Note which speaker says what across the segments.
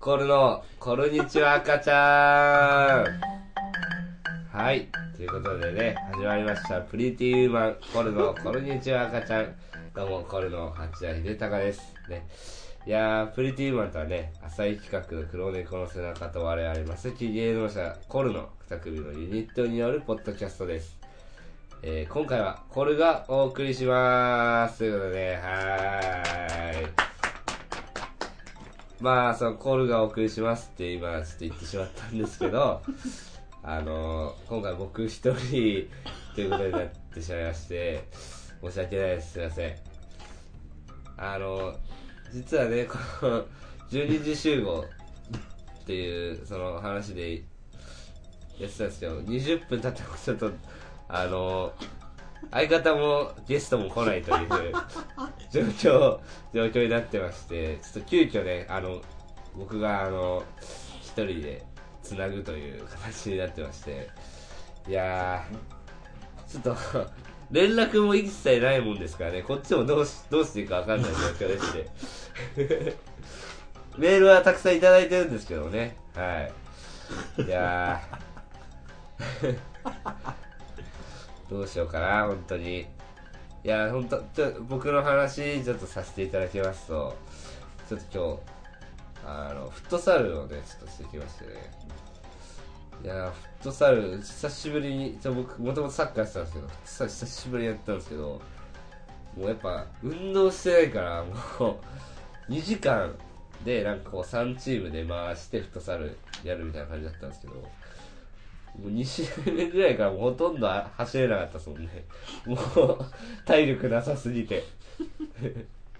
Speaker 1: コルの、こんにちは赤ちゃん。はい。ということでね、始まりました。プリティーウーマン、コルの、こんにちは赤ちゃん。どうも、コルの、八谷秀隆です。ね。いやー、プリティーウーマンとはね、浅い企画の黒猫の背中と我々、マセキ芸能者、コルの二組のユニットによるポッドキャストです。えー今回はコルがお送りします。ということで、はーい。まあ、そのコールがお送りしますって今ちょっと言ってしまったんですけど、あの今回僕一人ということになってしまいまして、申し訳ないです。すいません。あの実はね、この12時集合っていうその話でやってたんですけど、20分経ったことと、あの相方もゲストも来ないという状況、状況になってまして、ちょっと急遽ね、あの、僕があの、一人で繋ぐという形になってまして、いやー、ちょっと、連絡も一切ないもんですからね、こっちもどうし、どうしていいかわかんない状況でして。 メールはたくさんいただいてるんですけどね、はい。いやー、 どうしようかな、本当に。いや、本当ちょ僕の話、ちょっとさせていただきますと、ちょっと今日、あの、フットサルをね、ちょっとしてきましてね。いや、フットサル、久しぶりに、ちょ僕、もともとサッカーしてたんですけど、フットサル久しぶりにやったんですけど、もうやっぱ、運動してないから、もう、2時間で、なんかこう、3チームで回して、フットサルやるみたいな感じだったんですけど、もう2試合目ぐらいからもうほとんど走れなかったですもんね。もう、体力なさすぎて。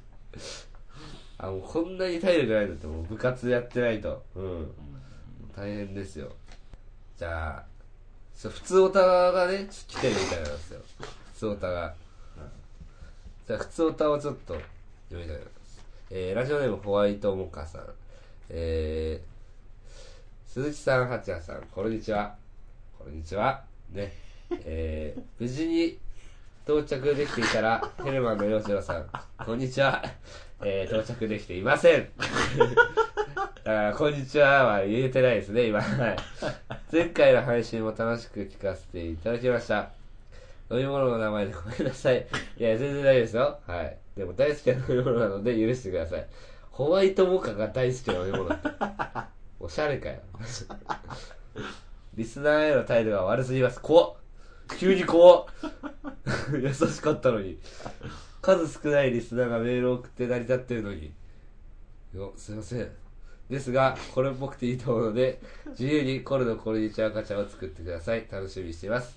Speaker 1: あ、もうこんなに体力ないのって、もう部活やってないと。うん。大変ですよ。じゃあ、そう普通オタがね、ちょっと来てるみたいなんですよ。普通オタが。じゃあ、普通オタをちょっと読みたいと思います。えー、ラジオネームホワイトモカさん。えー、鈴木さん、八谷さん、こんにちは。こんにちは。ね。えー、無事に到着できていたら、ヘルマンの洋次郎さん、こんにちは。えー、到着できていません。 だから、こんにちはは言えてないですね、今。はい前回の配信も楽しく聞かせていただきました。飲み物の名前でごめんなさい。いや、全然大丈夫ですよ。はい。でも大好きな飲み物なので許してください。ホワイトモカが大好きな飲み物って。おしゃれかよ。リスナーへの態度が悪すぎます。怖っ急に怖っ 優しかったのに。数少ないリスナーがメールを送って成り立ってるのに。よすいません。ですが、これっぽくていいと思うので、自由にコルのコルニチュア赤ちゃんを作ってください。楽しみにしています。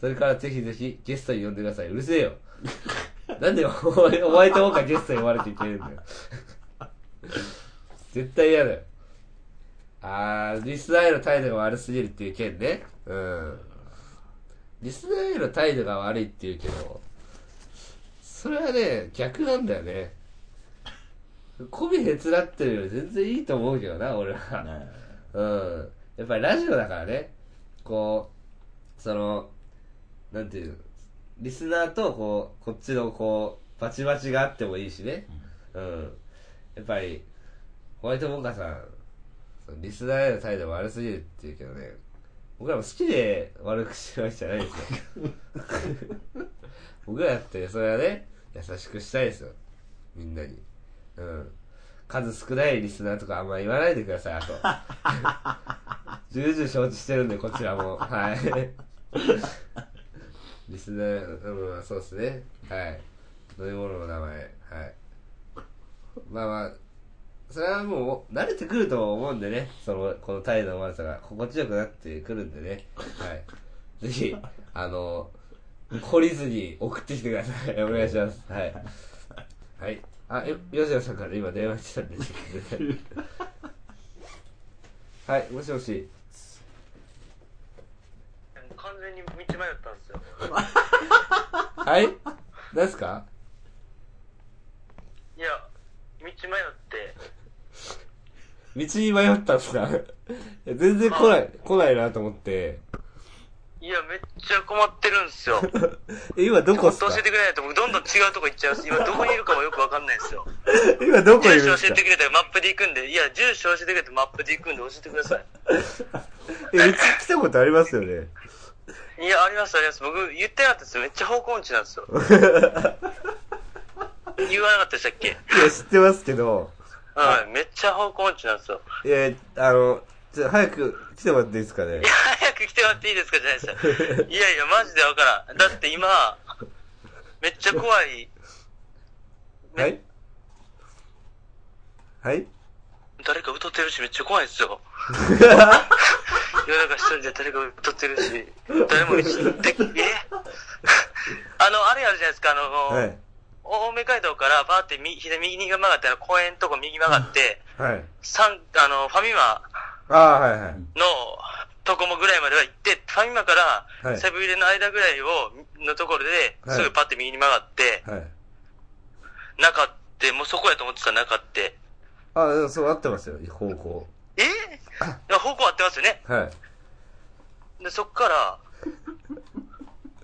Speaker 1: それからぜひぜひゲストに呼んでください。うるせえよ。なんでお前、お前と僕がゲストに呼ばれていけるんだよ。絶対嫌だよ。あー、リスナーへの態度が悪すぎるっていう件ね。うん。リスナーへの態度が悪いっていうけど、それはね、逆なんだよね。媚びへつらってるより全然いいと思うけどな、俺は。
Speaker 2: ね
Speaker 1: うん。やっぱりラジオだからね、こう、その、なんていうの、リスナーとこう、こっちのこう、バチバチがあってもいいしね。うん。やっぱり、ホワイトモンカさん、そのリスナーへの態度悪すぎるって言うけどね、僕らも好きで悪くしてるわけじゃないですよ。 僕らだって、それはね、優しくしたいですよ。みんなに。うん。数少ないリスナーとかあんま言わないでください、あと。重々承知してるんで、こちらも。はい。リスナー、うん、そうですね。はい。飲み物の名前。はい。まあまあ、それはもう、慣れてくると思うんでね。その、この態度の悪さが、心地よくなってくるんでね。はい。ぜひ、あの、懲りずに送ってきてください。お願いします。はい。はい。あ、え、吉野さんから今電話してたんで、ちょっとねはい、もしもし。
Speaker 3: 完全に道迷ったんですよ。
Speaker 1: はい何すか
Speaker 3: いや、道迷って、
Speaker 1: 道に迷ったんすかいや全然来ない、来ないなと思って、
Speaker 3: いや、めっちゃ困ってるんです よ。
Speaker 1: え、今ど
Speaker 3: ちょ
Speaker 1: こっ
Speaker 3: っ
Speaker 1: す
Speaker 3: と
Speaker 1: か
Speaker 3: 教えてくれないと僕どんどん違うとこ行っちゃうし、今どこにいるかもよくわかんないんですよ。
Speaker 1: 今どこいる
Speaker 3: 住
Speaker 1: んで
Speaker 3: 所
Speaker 1: す
Speaker 3: 教え
Speaker 1: か
Speaker 3: てくれたらマップで行くんで、いや、住所教えてくれたらマップで行くんで教えてくださ
Speaker 1: え、うち来たことありますよね。
Speaker 3: い。いや、ありますあります。僕言ってなかったですよ。めっちゃ方向音痴なんですよ。言わなかったでしたっけ
Speaker 1: いや、知ってますけど、
Speaker 3: はい、めっちゃ方向音痴なんですよ。
Speaker 1: いや、あの、ちょ早く来てもらっていいですかね
Speaker 3: いや。、早く来てもらっていいですかじゃないですよ。いやいや、マジでわからん。だって今、めっちゃ怖い。
Speaker 1: はい はい
Speaker 3: 誰か歌ってるし、めっちゃ怖いですよ。夜中一人で誰か歌ってるし、誰もいじって、え あの、あれあるじゃないですか、あの、
Speaker 1: はい。
Speaker 3: 青梅街道からバーって右左右に曲がって、あの公園のとこ右曲がって、
Speaker 1: はい。
Speaker 3: 三あの、ファミマ
Speaker 1: ああ、はいはい。
Speaker 3: のとこもぐらいまでは行って、ファミマか
Speaker 1: は
Speaker 3: ら
Speaker 1: い
Speaker 3: セブン入れの間ぐらいを、のところで、
Speaker 1: はい
Speaker 3: すぐパって右に曲がって、
Speaker 1: はい。
Speaker 3: 中って、もうそこやと思ってた中って、
Speaker 1: ああ、そう、合ってますよ、方向。
Speaker 3: えいや方向合ってますよね。
Speaker 1: はい。
Speaker 3: で、そっから、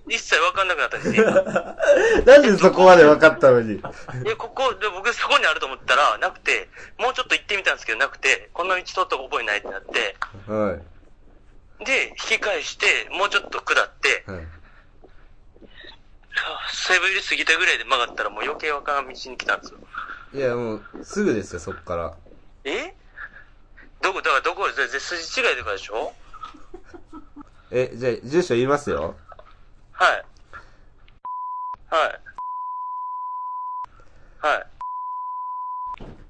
Speaker 3: 一切わかんなくなったんですよ。
Speaker 1: なんでそこまで分かったのに。
Speaker 3: で、ここ、で、僕そこにあると思ったら、なくて、もうちょっと行ってみたんですけど、なくて、こんな道通った覚えないってなって、
Speaker 1: は
Speaker 3: で、引き返して、もうちょっと下って
Speaker 1: い。、はい。
Speaker 3: セブン入り過ぎたぐらいで曲がったら、もう余計わからん道に来たんですよ。
Speaker 1: いや、もう、すぐですよ、そっから。
Speaker 3: えどこ、だからどこ、全然筋違いとかでしょ
Speaker 1: え、じゃあ、住所言いますよ。
Speaker 3: はい。はい。はい。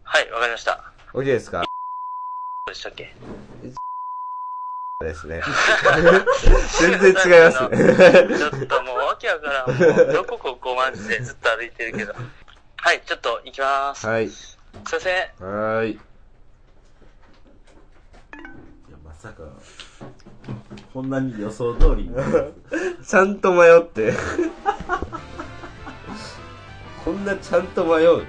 Speaker 3: はい、わかりました。ど
Speaker 1: OK ですか
Speaker 3: うでしたっけ
Speaker 1: ですね。全然違いますね。
Speaker 3: ちょっともうわけわからん。もうどこここマジでずっと歩いてるけど。はい、ちょっと行きます。
Speaker 1: はい。
Speaker 3: すいません。
Speaker 1: はーい。いや、まさか。
Speaker 2: こんなに予想通りに。
Speaker 1: ちゃんと迷って。 こんなちゃんと迷う。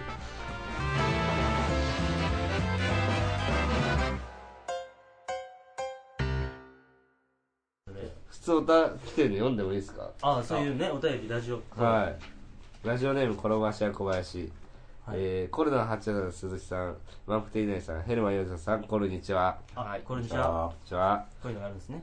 Speaker 1: 普通おた来てるの読んでもいいですか
Speaker 2: ああ、そういうね、お便り、ラジオ。
Speaker 1: はい。ラジオネーム、転ばし屋小林。
Speaker 2: はい
Speaker 1: えー、コルナ87の鈴木さん、ワンプテイナイさん、ヘルマヨジョさん、こんにちは。
Speaker 2: あ、はい、こんにちは。
Speaker 1: こんにちは。
Speaker 2: こういうのがあるんですね。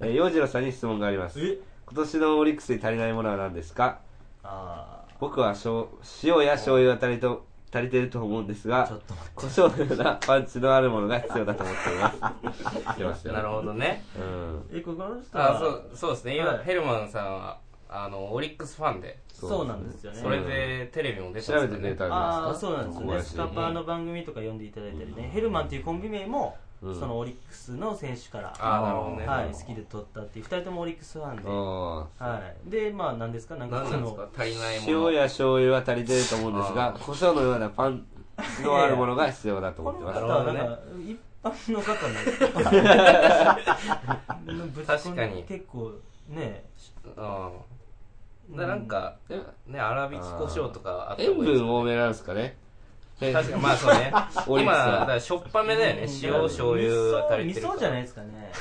Speaker 1: えー、洋次郎さんに質問があります。
Speaker 2: え
Speaker 1: 今年のオリックスに足りないものは何ですか
Speaker 2: あ
Speaker 1: 僕はしょう塩や醤油は足りと足りてると思うんです
Speaker 2: あ、
Speaker 1: が
Speaker 2: ちょっと待
Speaker 1: 胡椒のようなパンチのあるものが必要だと思っています 知ってますよ
Speaker 4: なるほどね。
Speaker 1: うん
Speaker 2: って。え、ここの人は
Speaker 4: あ、そう、そうですね。今、
Speaker 2: はい
Speaker 4: ヘルマンさんは、あの、オリックスファンで、
Speaker 2: そうなんですよね。
Speaker 4: それでテレビも出て
Speaker 1: 調べてくれたんですか
Speaker 2: ああ、そうなんですよね。スカパーの番組とか読んでいただいたりね。ヘルマンっていうコンビ名も、
Speaker 1: うん
Speaker 2: そのオリックスの選手から、
Speaker 4: あーなるほどね
Speaker 2: はい、好きで取ったっていう、二人ともオリックスファンで。
Speaker 1: あ
Speaker 2: はい。で、まあ、何ですかなんか
Speaker 4: 何
Speaker 2: そ
Speaker 4: なんです
Speaker 2: の
Speaker 4: か、足りないもの。
Speaker 1: 塩や醤油は足りてると思うんですが
Speaker 4: あ
Speaker 1: 胡椒のようなパンチのあるものが必要だと思ってま
Speaker 2: こ
Speaker 1: す
Speaker 2: の
Speaker 4: な
Speaker 2: 方
Speaker 4: るほ
Speaker 2: はなんか、一般の
Speaker 4: どね
Speaker 2: 方なんですかぶっこん
Speaker 4: 確かに
Speaker 2: 結構、ね、
Speaker 4: うん。でなんか、
Speaker 1: え
Speaker 4: ね、粗びき胡椒とかあった
Speaker 1: 塩
Speaker 4: 方がいいです
Speaker 1: 分多めなんですかねえ
Speaker 4: 確かに、まあ そうね。
Speaker 1: オリックス
Speaker 4: 今、
Speaker 1: は
Speaker 4: だからしょっぱめだよね。塩、醤油は足り
Speaker 2: 味噌味
Speaker 4: てるから。
Speaker 2: 噌じゃないですかね。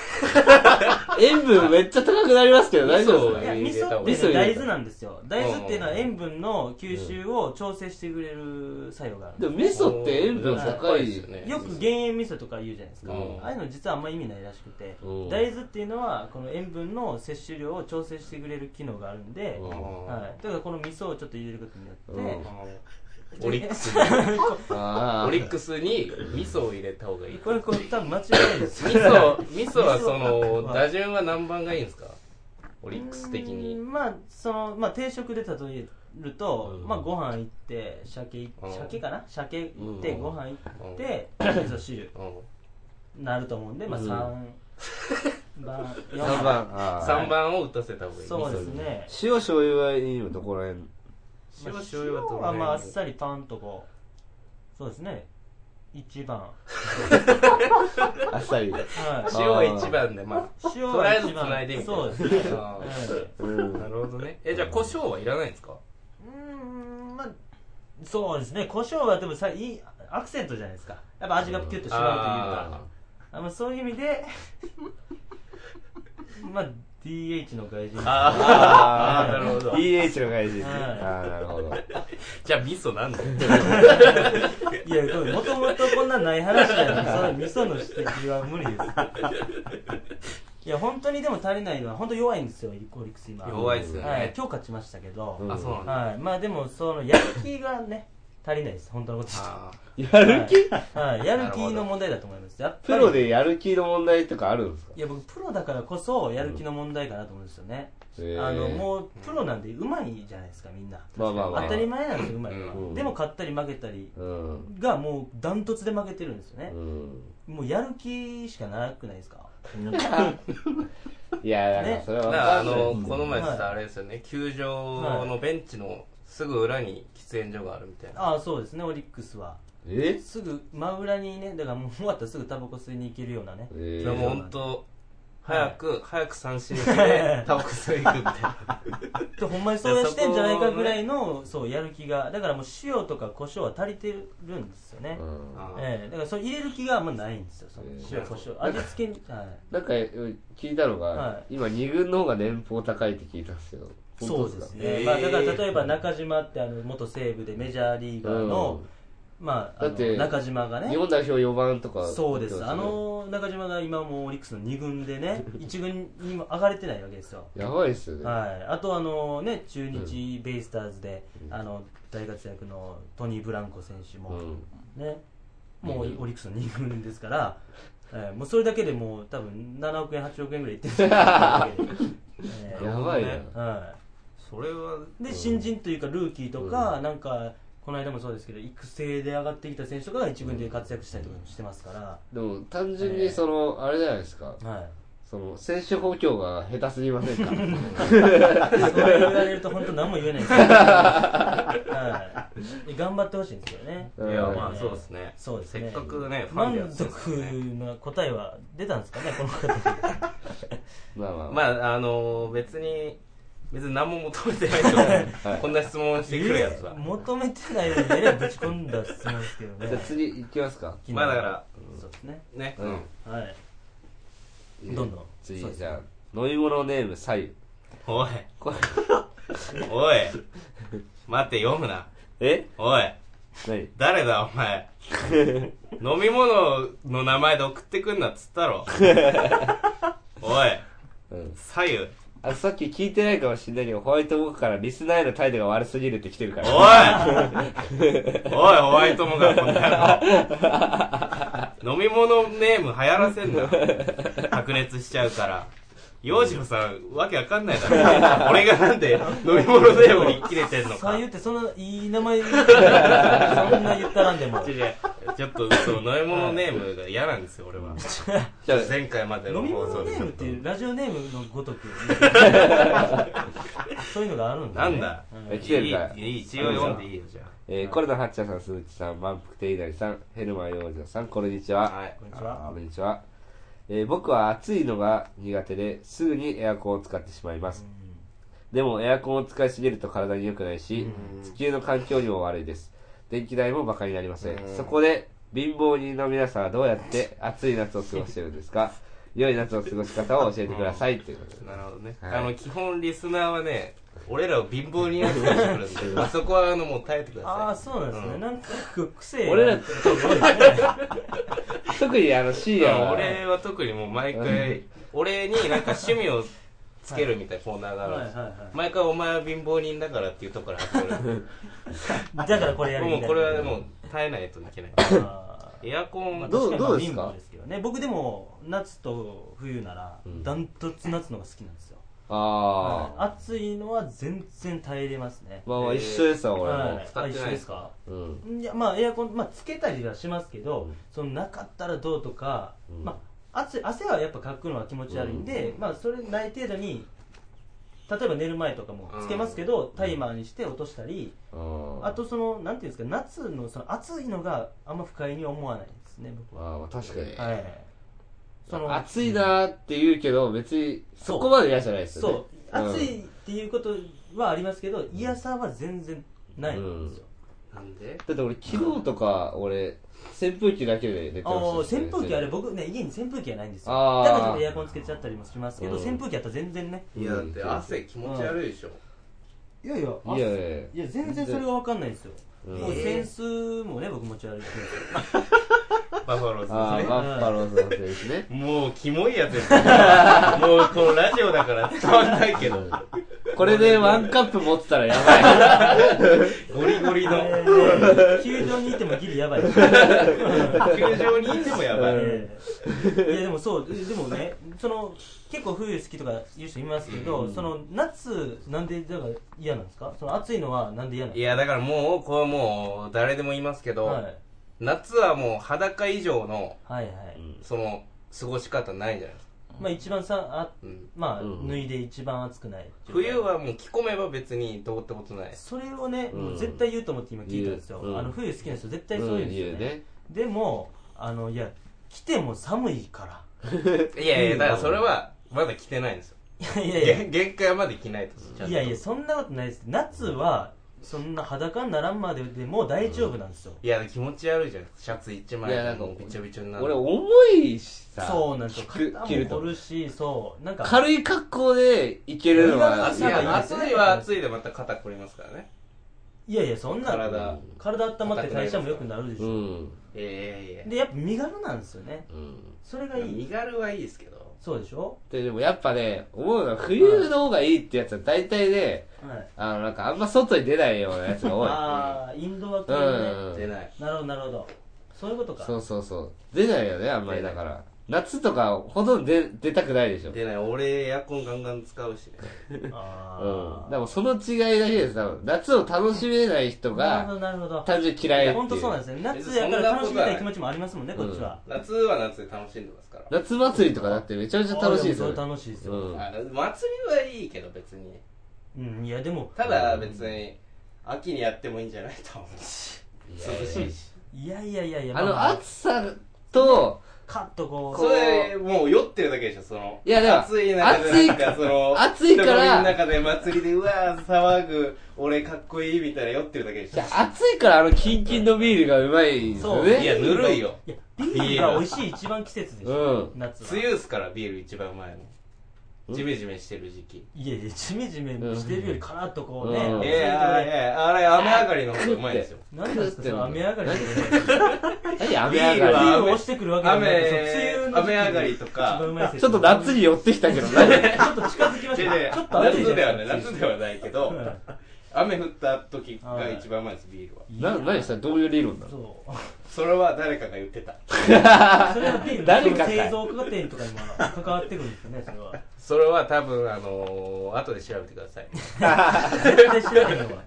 Speaker 1: 塩分めっちゃ高くなりますけど大丈夫です
Speaker 4: そう
Speaker 2: い
Speaker 1: か
Speaker 2: や
Speaker 4: 入
Speaker 2: 味
Speaker 4: れた
Speaker 2: 噌
Speaker 4: 方
Speaker 2: っ
Speaker 4: がいい
Speaker 2: てね大豆なんですよ大豆っていうのは
Speaker 4: うん
Speaker 2: 塩分の吸収を調整してくれる作用があるん
Speaker 1: で
Speaker 2: で
Speaker 1: も味噌って塩分高い
Speaker 4: よね
Speaker 2: すよく減塩味噌とか言うじゃないですか
Speaker 4: うん
Speaker 2: ああいうの実はあんま意味ないらしくて
Speaker 1: うん
Speaker 2: 大豆っていうのはこの塩分の摂取量を調整してくれる機能があるんで
Speaker 1: うん
Speaker 2: はいだからこの味噌をちょっと入れることによって
Speaker 4: オリックスに、
Speaker 1: あ
Speaker 4: オリッ
Speaker 1: ー
Speaker 4: クスに味噌を入れた方がいい。
Speaker 2: これこれ多分間違いないですよ
Speaker 4: 味噌、味噌はそ
Speaker 2: 味噌
Speaker 4: の、
Speaker 2: は
Speaker 4: 打順は何番がいいんですかオリックス
Speaker 2: う
Speaker 4: 的
Speaker 2: ー
Speaker 4: に。
Speaker 2: んまあそのまあ定食で例えると、
Speaker 1: うん
Speaker 2: まあご飯行って鮭い
Speaker 4: うん
Speaker 2: 鮭かな鮭行って
Speaker 1: うん
Speaker 2: ご飯行って、味噌汁
Speaker 4: うん。
Speaker 2: なると思うんでまあ
Speaker 1: うん
Speaker 2: 三番四
Speaker 1: 3番あー
Speaker 4: 3番を打たせた方がいい。
Speaker 2: そうですね
Speaker 1: 塩醤油はいいのどこら辺
Speaker 4: 塩
Speaker 2: まあ
Speaker 4: 醤油はどの
Speaker 2: 塩はまああっ
Speaker 4: 辺
Speaker 2: さりパンとこうそうですね一番
Speaker 1: あっさり
Speaker 2: は
Speaker 4: 塩は1番で、ま
Speaker 2: い
Speaker 4: あ、
Speaker 2: 塩
Speaker 4: とり
Speaker 2: は
Speaker 4: あえ
Speaker 2: 一
Speaker 4: ず
Speaker 2: 番
Speaker 4: 繋いでみたいな。
Speaker 2: そうですね
Speaker 4: あ
Speaker 2: はい
Speaker 1: うん
Speaker 4: ーなるほどね。え、じゃあ、胡椒はいらないんですか
Speaker 2: うーんまあそうですね胡椒はでもさいいアクセントじゃないですかやっぱ味がキュッと締まるというか、
Speaker 4: あ
Speaker 2: あまあ、そういう意味でまあ TH の外人
Speaker 4: あーなるほど
Speaker 1: EH の外人
Speaker 2: はい
Speaker 1: ああなるほど
Speaker 4: じゃあ味噌 なんだよ
Speaker 2: いやこれもともとこんなんない話だよその味噌の指摘は無理ですいや本当にでも足りないのは本当弱いんですよオリックス今
Speaker 4: 弱いっすよね、
Speaker 2: はい、今日勝ちましたけど、
Speaker 1: うん
Speaker 4: あそうなんだ、
Speaker 2: はい、まあでもそのやる気がね足りないです本当のこと言うと
Speaker 4: あ
Speaker 1: やる気
Speaker 2: はい、やる気の問題だと思いますやっぱり
Speaker 1: プロでやる気の問題とかあるんですか
Speaker 2: いや僕プロだからこそやる気の問題かなと思うんですよね、
Speaker 1: へー
Speaker 2: あのもうプロなんでうまいじゃないですかみんな、
Speaker 1: まあまあまあ
Speaker 2: 当たり前なんですようまいのは、
Speaker 1: うん
Speaker 2: でも勝ったり負けたり
Speaker 1: うん
Speaker 2: がもうダントツで負けてるんですよ
Speaker 1: う
Speaker 2: ね、
Speaker 1: ん
Speaker 2: もうやる気しかなくないですか
Speaker 1: いやだから
Speaker 2: ね
Speaker 1: それは
Speaker 4: あ
Speaker 1: 分
Speaker 4: だから
Speaker 1: か
Speaker 4: あ
Speaker 1: んない
Speaker 4: のこの前
Speaker 2: はい
Speaker 4: さあれですよね球場のベンチのすぐ裏に喫煙所があるみたいな
Speaker 2: ああそうですねオリックスは
Speaker 1: え
Speaker 2: すぐ真裏にねだからもう終わったらすぐタバコ吸いに行けるようなね
Speaker 1: えー
Speaker 4: でも
Speaker 2: う
Speaker 4: 本当早く早く三振 してタバコ吸いに行くみたいな
Speaker 2: でほんまにそうやしてんじゃないかぐらいのそうやる気がだからもう塩とか胡椒は足りてるんですよね、
Speaker 1: うん
Speaker 4: あ
Speaker 2: ええだからそれ入れる気があんまないんですよその塩
Speaker 4: ええ
Speaker 2: 胡椒味付けにはい
Speaker 1: なんか聞いたのが、
Speaker 2: はい
Speaker 1: 今2軍の方が年俸高いって聞いたんですよ
Speaker 2: そうですね、
Speaker 4: ええ
Speaker 2: まあ、だから例えば中島ってあの元西武でメジャーリーガーの,、まあ、あ
Speaker 1: だ
Speaker 2: の
Speaker 1: って
Speaker 2: 中島が
Speaker 1: ね、
Speaker 2: ね
Speaker 1: 日本代表4番とか
Speaker 2: そうです、
Speaker 1: 言って
Speaker 2: あ
Speaker 1: ますよね
Speaker 2: の中島が今もうオリックスの2軍で ね1軍にも上がれてないわけですよ、
Speaker 1: やばいっすよね、
Speaker 2: はい、あとあの、ね、中日ベイスターズで、あの大活躍のトニー・ブランコ選手も、
Speaker 1: うん
Speaker 2: ね、もう
Speaker 1: うん
Speaker 2: オリックスの2軍ですから、えーもうそれだけでもう多分7億円、8億円ぐらいいっ てるんですよえー
Speaker 1: やばいな、
Speaker 2: は
Speaker 4: それは、
Speaker 2: い、で、新人というか、ルーキーとか、なんか、この間もそうですけど、育成で上がってきた選手とかが1軍で活躍したりとかしてますから、
Speaker 1: でも単純にその、あれじゃないですか
Speaker 2: はい、
Speaker 1: その選手補強が下手すぎませんか
Speaker 2: そう言われると、本当、何も言えないですけど、はい、頑張ってほしいんですよね。
Speaker 1: うん
Speaker 4: いやまあそうですね
Speaker 2: そうですね、
Speaker 4: せっかくねファンでや
Speaker 2: 満
Speaker 4: ってるか
Speaker 2: 足
Speaker 4: らね
Speaker 2: な答えは出たんですかね、この方。
Speaker 1: まあまあ、
Speaker 4: まああの別に別に何も求めてないけど、こんな質問してくるやつは、
Speaker 2: 求めてないのにねぶち込んだ質問ですけど
Speaker 1: じゃあ
Speaker 2: ね
Speaker 1: 次行きますか
Speaker 4: まあだから
Speaker 2: そうですね
Speaker 4: ね、
Speaker 1: うん
Speaker 2: はい
Speaker 1: いい
Speaker 2: どんどん
Speaker 1: 次
Speaker 2: そうです
Speaker 1: じゃあ飲み物ネーム左右
Speaker 4: おい
Speaker 1: これ
Speaker 4: おい待って読むな
Speaker 1: え
Speaker 4: おい
Speaker 1: 何
Speaker 4: 誰だお前飲み物の名前で送ってくんなっつっ たろおい
Speaker 1: うん
Speaker 4: 左右
Speaker 1: あさっき聞いてないかもしれないけどホワイトボックからリスナーへの態度が悪すぎるって来てるから
Speaker 4: おいおいホワイトモがこの野郎飲み物ネーム流行らせんな白熱しちゃうから洋次郎さんわけわかんないだろ俺がなんで飲み物ネームに切れてんの
Speaker 2: さ
Speaker 4: か
Speaker 2: あ言ってそんないい名前そんな言ったらんでも
Speaker 4: 違う違うちょっとそう飲み物ネームが嫌なんですよ俺は
Speaker 1: じゃあ
Speaker 4: 前回までの
Speaker 2: 飲み
Speaker 4: 放
Speaker 2: 物
Speaker 4: 送
Speaker 2: ネ
Speaker 4: でち
Speaker 2: ー
Speaker 4: ょ
Speaker 2: ムっ
Speaker 4: っ
Speaker 2: て
Speaker 4: と
Speaker 2: いうラジオネームのごとくそういうのがあるんだ、
Speaker 4: な
Speaker 2: ね、
Speaker 4: んだ
Speaker 1: え来てるから
Speaker 4: いいいい一応読んでいいよじゃ
Speaker 1: えー、コルダハッチャーさん、鈴木さん、満腹亭稲荷さん、ヘルマン洋次郎さん、こんにちは。
Speaker 4: あはい
Speaker 2: こんにちは
Speaker 1: あーこんにちは。えー僕は暑いのが苦手ですぐにエアコンを使ってしまいます。でもエアコンを使いすぎると体に良くないし、地球の環境にも悪いです。電気代もバカになりません。そこで、貧乏人の皆さんはどうやって暑い夏を過ごしてるんです か良い夏の過ごし方を教えてください。ということで。
Speaker 4: なるほどね、
Speaker 1: はい
Speaker 4: あの基本リスナーはね 俺らを貧乏に扱いしてくるんで まあそこはあのもう耐えてくだ
Speaker 2: ああ
Speaker 4: さ
Speaker 2: そうなんですね、
Speaker 4: うん
Speaker 2: なんか癖
Speaker 1: 俺ら
Speaker 2: がね
Speaker 1: 特にあの、深
Speaker 4: いい
Speaker 1: 夜
Speaker 4: や
Speaker 1: は、
Speaker 4: 俺は特にもう毎回俺になんか趣味をつけるみたいなコーナーがあるんですよ
Speaker 2: はいはいはい
Speaker 4: 毎回お前は貧乏人だからっていうところから始まる
Speaker 2: だから これやるみ
Speaker 4: も
Speaker 2: た
Speaker 4: う
Speaker 2: い
Speaker 4: これは
Speaker 2: う
Speaker 4: もう耐えないといけないエアコン
Speaker 1: どうどうですか
Speaker 2: ですけどね僕でも夏と冬ならダントツ夏のが好きなんですよ、
Speaker 1: あ
Speaker 2: は
Speaker 1: あ、
Speaker 2: い暑いのは全然耐えれますね、
Speaker 1: まあまあ一緒ですわ、俺も。
Speaker 2: はい、
Speaker 4: 使
Speaker 2: あ
Speaker 4: ってない
Speaker 2: 一緒ですか
Speaker 1: うん。
Speaker 2: いやまあエアコン、まあ、つけたりはしますけど、そのなかったらどうとか、
Speaker 1: うん
Speaker 2: まあ、暑い汗はやっぱかくのは気持ち悪いんで、まあ、それない程度に例えば寝る前とかもつけますけど、タイマーにして落としたり、
Speaker 1: あ
Speaker 2: あとそのなんていうんですか夏のその暑いのがあんま不快に思わないですね僕は、
Speaker 1: ああ確かに、
Speaker 2: はいその
Speaker 1: 暑いなーって言うけど別にそこまで嫌じゃないですよね
Speaker 2: そう暑いっていうことはありますけど、嫌さは全然ないんですよ、
Speaker 4: なんで
Speaker 1: だって俺昨日とか俺扇風機だけで寝て
Speaker 2: あ
Speaker 1: ま
Speaker 2: あ
Speaker 1: した
Speaker 2: 扇風機あれ
Speaker 1: 僕
Speaker 2: 僕ね家に扇風機はないんですよ
Speaker 1: あー
Speaker 2: だからちょっとエアコンつけちゃったりもしますけど、
Speaker 1: うん
Speaker 2: 扇風機あったら全然ね
Speaker 4: いやだって汗気持ち悪いでしょ
Speaker 2: いやいや
Speaker 1: いやいやいや
Speaker 2: いや全然それが分かんないんですよ、
Speaker 1: うん
Speaker 2: もうセンスもね僕持ち歩いて
Speaker 4: バファロー
Speaker 1: あ
Speaker 4: さん
Speaker 1: あ
Speaker 4: ね
Speaker 1: バッファローズの選手ね
Speaker 4: もうキモいや つやもうこのラジオだから伝わんないけど
Speaker 1: これでワンカップ持ってたらやばい
Speaker 4: ゴリゴリの
Speaker 2: る球場にいてもギリやばいです、
Speaker 4: 球場にいてもやばい、
Speaker 1: うん
Speaker 2: ええいやでもそうでもねその結構冬好きとか言う人いますけど、その夏なんでだから嫌なんですかその暑いのはなんで嫌なん
Speaker 4: い
Speaker 2: で
Speaker 4: やだからもうこれもう誰でも言いますけ
Speaker 2: すか
Speaker 4: ど、
Speaker 2: はい
Speaker 4: 夏はもう裸以上の
Speaker 2: はいはい、
Speaker 4: その過ごし方ないじゃないですか、
Speaker 2: まあ一番さあ
Speaker 4: うん
Speaker 2: まあ、
Speaker 1: うん
Speaker 2: 脱いで一番暑くない
Speaker 4: 冬はもう着込めば別にどうってことない
Speaker 2: それをね、
Speaker 1: うん
Speaker 2: もう絶対言うと思って今聞いたんですよ、
Speaker 1: 言ううん
Speaker 2: あの冬好きな人絶対そう言うんですよね,、
Speaker 1: うん言うね
Speaker 2: でもあのいや来ても寒いか
Speaker 4: いやいやだからそれはまだ着てないんですよ
Speaker 2: らいやいや
Speaker 4: 限限界まで着ないとちゃんと
Speaker 2: いやいやそんなことないです夏はそんな裸にならんまででも大丈夫なんですよ、
Speaker 4: いや気持ち悪いじゃんシャツ一枚
Speaker 1: いやなんか
Speaker 4: もうびちょびちょになる
Speaker 1: 俺重いしさ
Speaker 2: そうなんですよ
Speaker 1: 着る着る
Speaker 2: 肩も
Speaker 1: と
Speaker 2: 凝るしそうなんか
Speaker 1: 軽い格好でいけるのは
Speaker 2: 俺
Speaker 4: い
Speaker 2: が
Speaker 1: 嫌
Speaker 4: や
Speaker 1: だ
Speaker 4: 暑いは暑いでまた肩凝りますからね
Speaker 2: いやいやそんな
Speaker 4: 体
Speaker 2: 体温まって代謝も良くなるでし
Speaker 1: う
Speaker 2: ょ、
Speaker 1: ん
Speaker 4: いやいやいや
Speaker 2: でやっぱ身軽なんですよね
Speaker 1: うん
Speaker 2: それがいい
Speaker 4: 身軽はいいですけど
Speaker 2: そうでしょ、
Speaker 1: ででもやっぱね思うのは冬の方がいいってやつは大体ね
Speaker 2: はい、
Speaker 1: あのなんかあんま外に出ないようなやつが多い
Speaker 2: ああインドは着
Speaker 1: う
Speaker 2: る
Speaker 1: ん
Speaker 2: ね、
Speaker 4: 出ない
Speaker 2: なるほどなるほどそういうことか
Speaker 1: そうそうそう出ないよねあんまりだから夏とかほとんど出出たくないでしょ
Speaker 4: 出ない俺エアコンガンガン使うしね
Speaker 1: うん、
Speaker 2: あ
Speaker 1: でもその違いだけです多分夏を楽しめない人
Speaker 2: あなるほ
Speaker 1: が
Speaker 2: どなるほど
Speaker 1: 単純に嫌いっていう
Speaker 2: 本当そうなんですね夏やから楽しみたい気持ちもありますもんねこっちは、
Speaker 4: 夏は夏で楽しんでますから
Speaker 1: 夏祭りとかだってめちゃめちゃ楽しいですよ、
Speaker 2: あでもそれ楽しいですよ、
Speaker 1: うん
Speaker 4: あ祭りはいいけど別に
Speaker 2: うんいやでも
Speaker 4: ただ別に秋にやってもいいんじゃないと思うし涼しいし
Speaker 2: いやいやいやいや
Speaker 1: あ
Speaker 2: まま
Speaker 1: の暑さと
Speaker 2: カッとこう
Speaker 4: それもう酔ってるだけでしょその
Speaker 1: いやでも
Speaker 4: 暑い中でなんか
Speaker 1: 暑い
Speaker 4: その
Speaker 1: 暑いから
Speaker 4: 人混みの中で祭りでうわー騒ぐ俺かっこいいみたいな酔ってるだけでし
Speaker 1: じ
Speaker 4: ょ
Speaker 1: ゃあ暑いからあのキンキンのビールがうまいんですよ
Speaker 2: そう
Speaker 1: ね
Speaker 4: いやぬるいよ
Speaker 2: いやビールが美味しい一番季節でしょ、
Speaker 1: う
Speaker 2: 夏は
Speaker 4: 梅雨っすからビール一番前の
Speaker 1: ん
Speaker 4: ジメジメしてる時期
Speaker 2: いやいやジメジメしてるよりカラッとこうね、
Speaker 1: うん
Speaker 4: い
Speaker 2: 暑いと
Speaker 4: やい
Speaker 2: ね
Speaker 4: やいやあれ雨上がりの方がうまいですよ
Speaker 2: 何なんですかその雨上がりで
Speaker 1: 何雨上がり
Speaker 2: ビ
Speaker 4: ビールは
Speaker 2: ールを押してくるわけじゃない
Speaker 4: 雨
Speaker 2: そう梅雨の時期
Speaker 4: 雨上がりとか
Speaker 2: 一番うまい季節
Speaker 1: ちょっと夏に寄ってきたけど何
Speaker 2: ちょっと近づきまし
Speaker 4: で
Speaker 2: た
Speaker 4: で
Speaker 2: ちょっと暑いじ
Speaker 4: 夏
Speaker 2: ゃ
Speaker 4: で
Speaker 2: な
Speaker 4: はい
Speaker 2: で
Speaker 4: ね
Speaker 2: すか
Speaker 4: 夏ではないけど雨降った時が一番うまいですビールは
Speaker 1: な何それどういう理論なの
Speaker 2: そう
Speaker 4: それは誰かが言ってた
Speaker 2: それはビール
Speaker 1: 誰
Speaker 2: の
Speaker 1: かかい
Speaker 2: 製造過程とかにも関わってくるんですよねそれは
Speaker 4: それは多分あのー後で調べてください
Speaker 2: 絶対知らないのは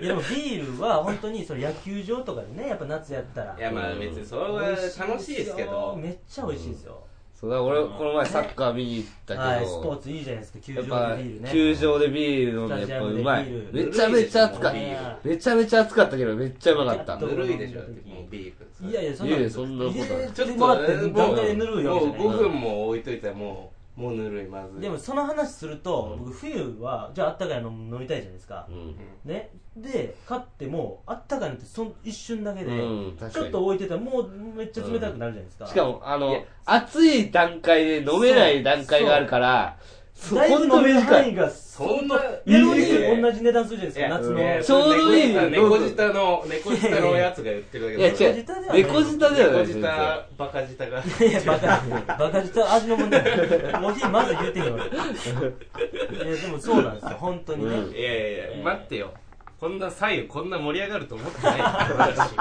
Speaker 2: いやでもビールは本当にその野球場とかでねやっぱ夏やったら
Speaker 4: いやまあ別にそれは楽しいですけど
Speaker 2: めっちゃ美味しいですよ、
Speaker 1: そうだ俺この前サッカー見に行ったけど、
Speaker 2: はいスポーツいいじゃないですか球
Speaker 1: や
Speaker 2: 場
Speaker 1: っ
Speaker 2: で
Speaker 1: ぱ
Speaker 2: ビールね
Speaker 1: 球場でビール飲んでやっぱうまい
Speaker 2: スタジアムでビー
Speaker 1: め
Speaker 4: ル
Speaker 1: ちゃめちゃ暑かった
Speaker 4: ね
Speaker 1: めちゃめちゃ暑かったけどめっちゃうまかった
Speaker 4: ぬるいでしょだってもうビール
Speaker 2: いやいやそんない
Speaker 1: やいやそんなことない
Speaker 2: 入れ
Speaker 4: ちょってと
Speaker 2: もらって
Speaker 4: もう
Speaker 2: 段階でぬるいわけじゃない
Speaker 4: もう5分も置いといたらもうもうぬるいまずい
Speaker 2: でもその話すると、僕冬はじゃああったかいの飲みたいじゃないですか、
Speaker 1: うん
Speaker 2: ねで買ってもあったかいのってその一瞬だけで、
Speaker 1: うん確
Speaker 2: ち
Speaker 1: か
Speaker 2: ょ
Speaker 1: に
Speaker 2: っと置いてたらもうめっちゃ冷たくなるじゃないですか、
Speaker 1: しかもあ
Speaker 4: い
Speaker 1: の
Speaker 4: や
Speaker 1: 暑い段階で飲めない段階があるからそ
Speaker 2: だい
Speaker 1: ほ
Speaker 2: ぶ
Speaker 1: ん
Speaker 2: 飲
Speaker 1: と
Speaker 2: める
Speaker 1: 短
Speaker 2: 範囲
Speaker 1: い
Speaker 2: が
Speaker 4: そんな
Speaker 2: メロンに同じ値段するじゃないです
Speaker 4: いや
Speaker 2: か夏
Speaker 1: いや
Speaker 2: の
Speaker 1: ちょうどいいよ
Speaker 4: 猫舌の猫舌のやつが言ってるだけだ
Speaker 1: いや違う
Speaker 2: 猫舌ではない
Speaker 1: 猫舌ではない
Speaker 4: 猫舌バカ舌が
Speaker 2: いや バカバカ舌味の問題コーヒーまず言うてへんわいやでもそうなんですよ本当にね、
Speaker 1: うん
Speaker 4: いやいやいや待ってよこんな左右こんな盛り上がると思 ってない私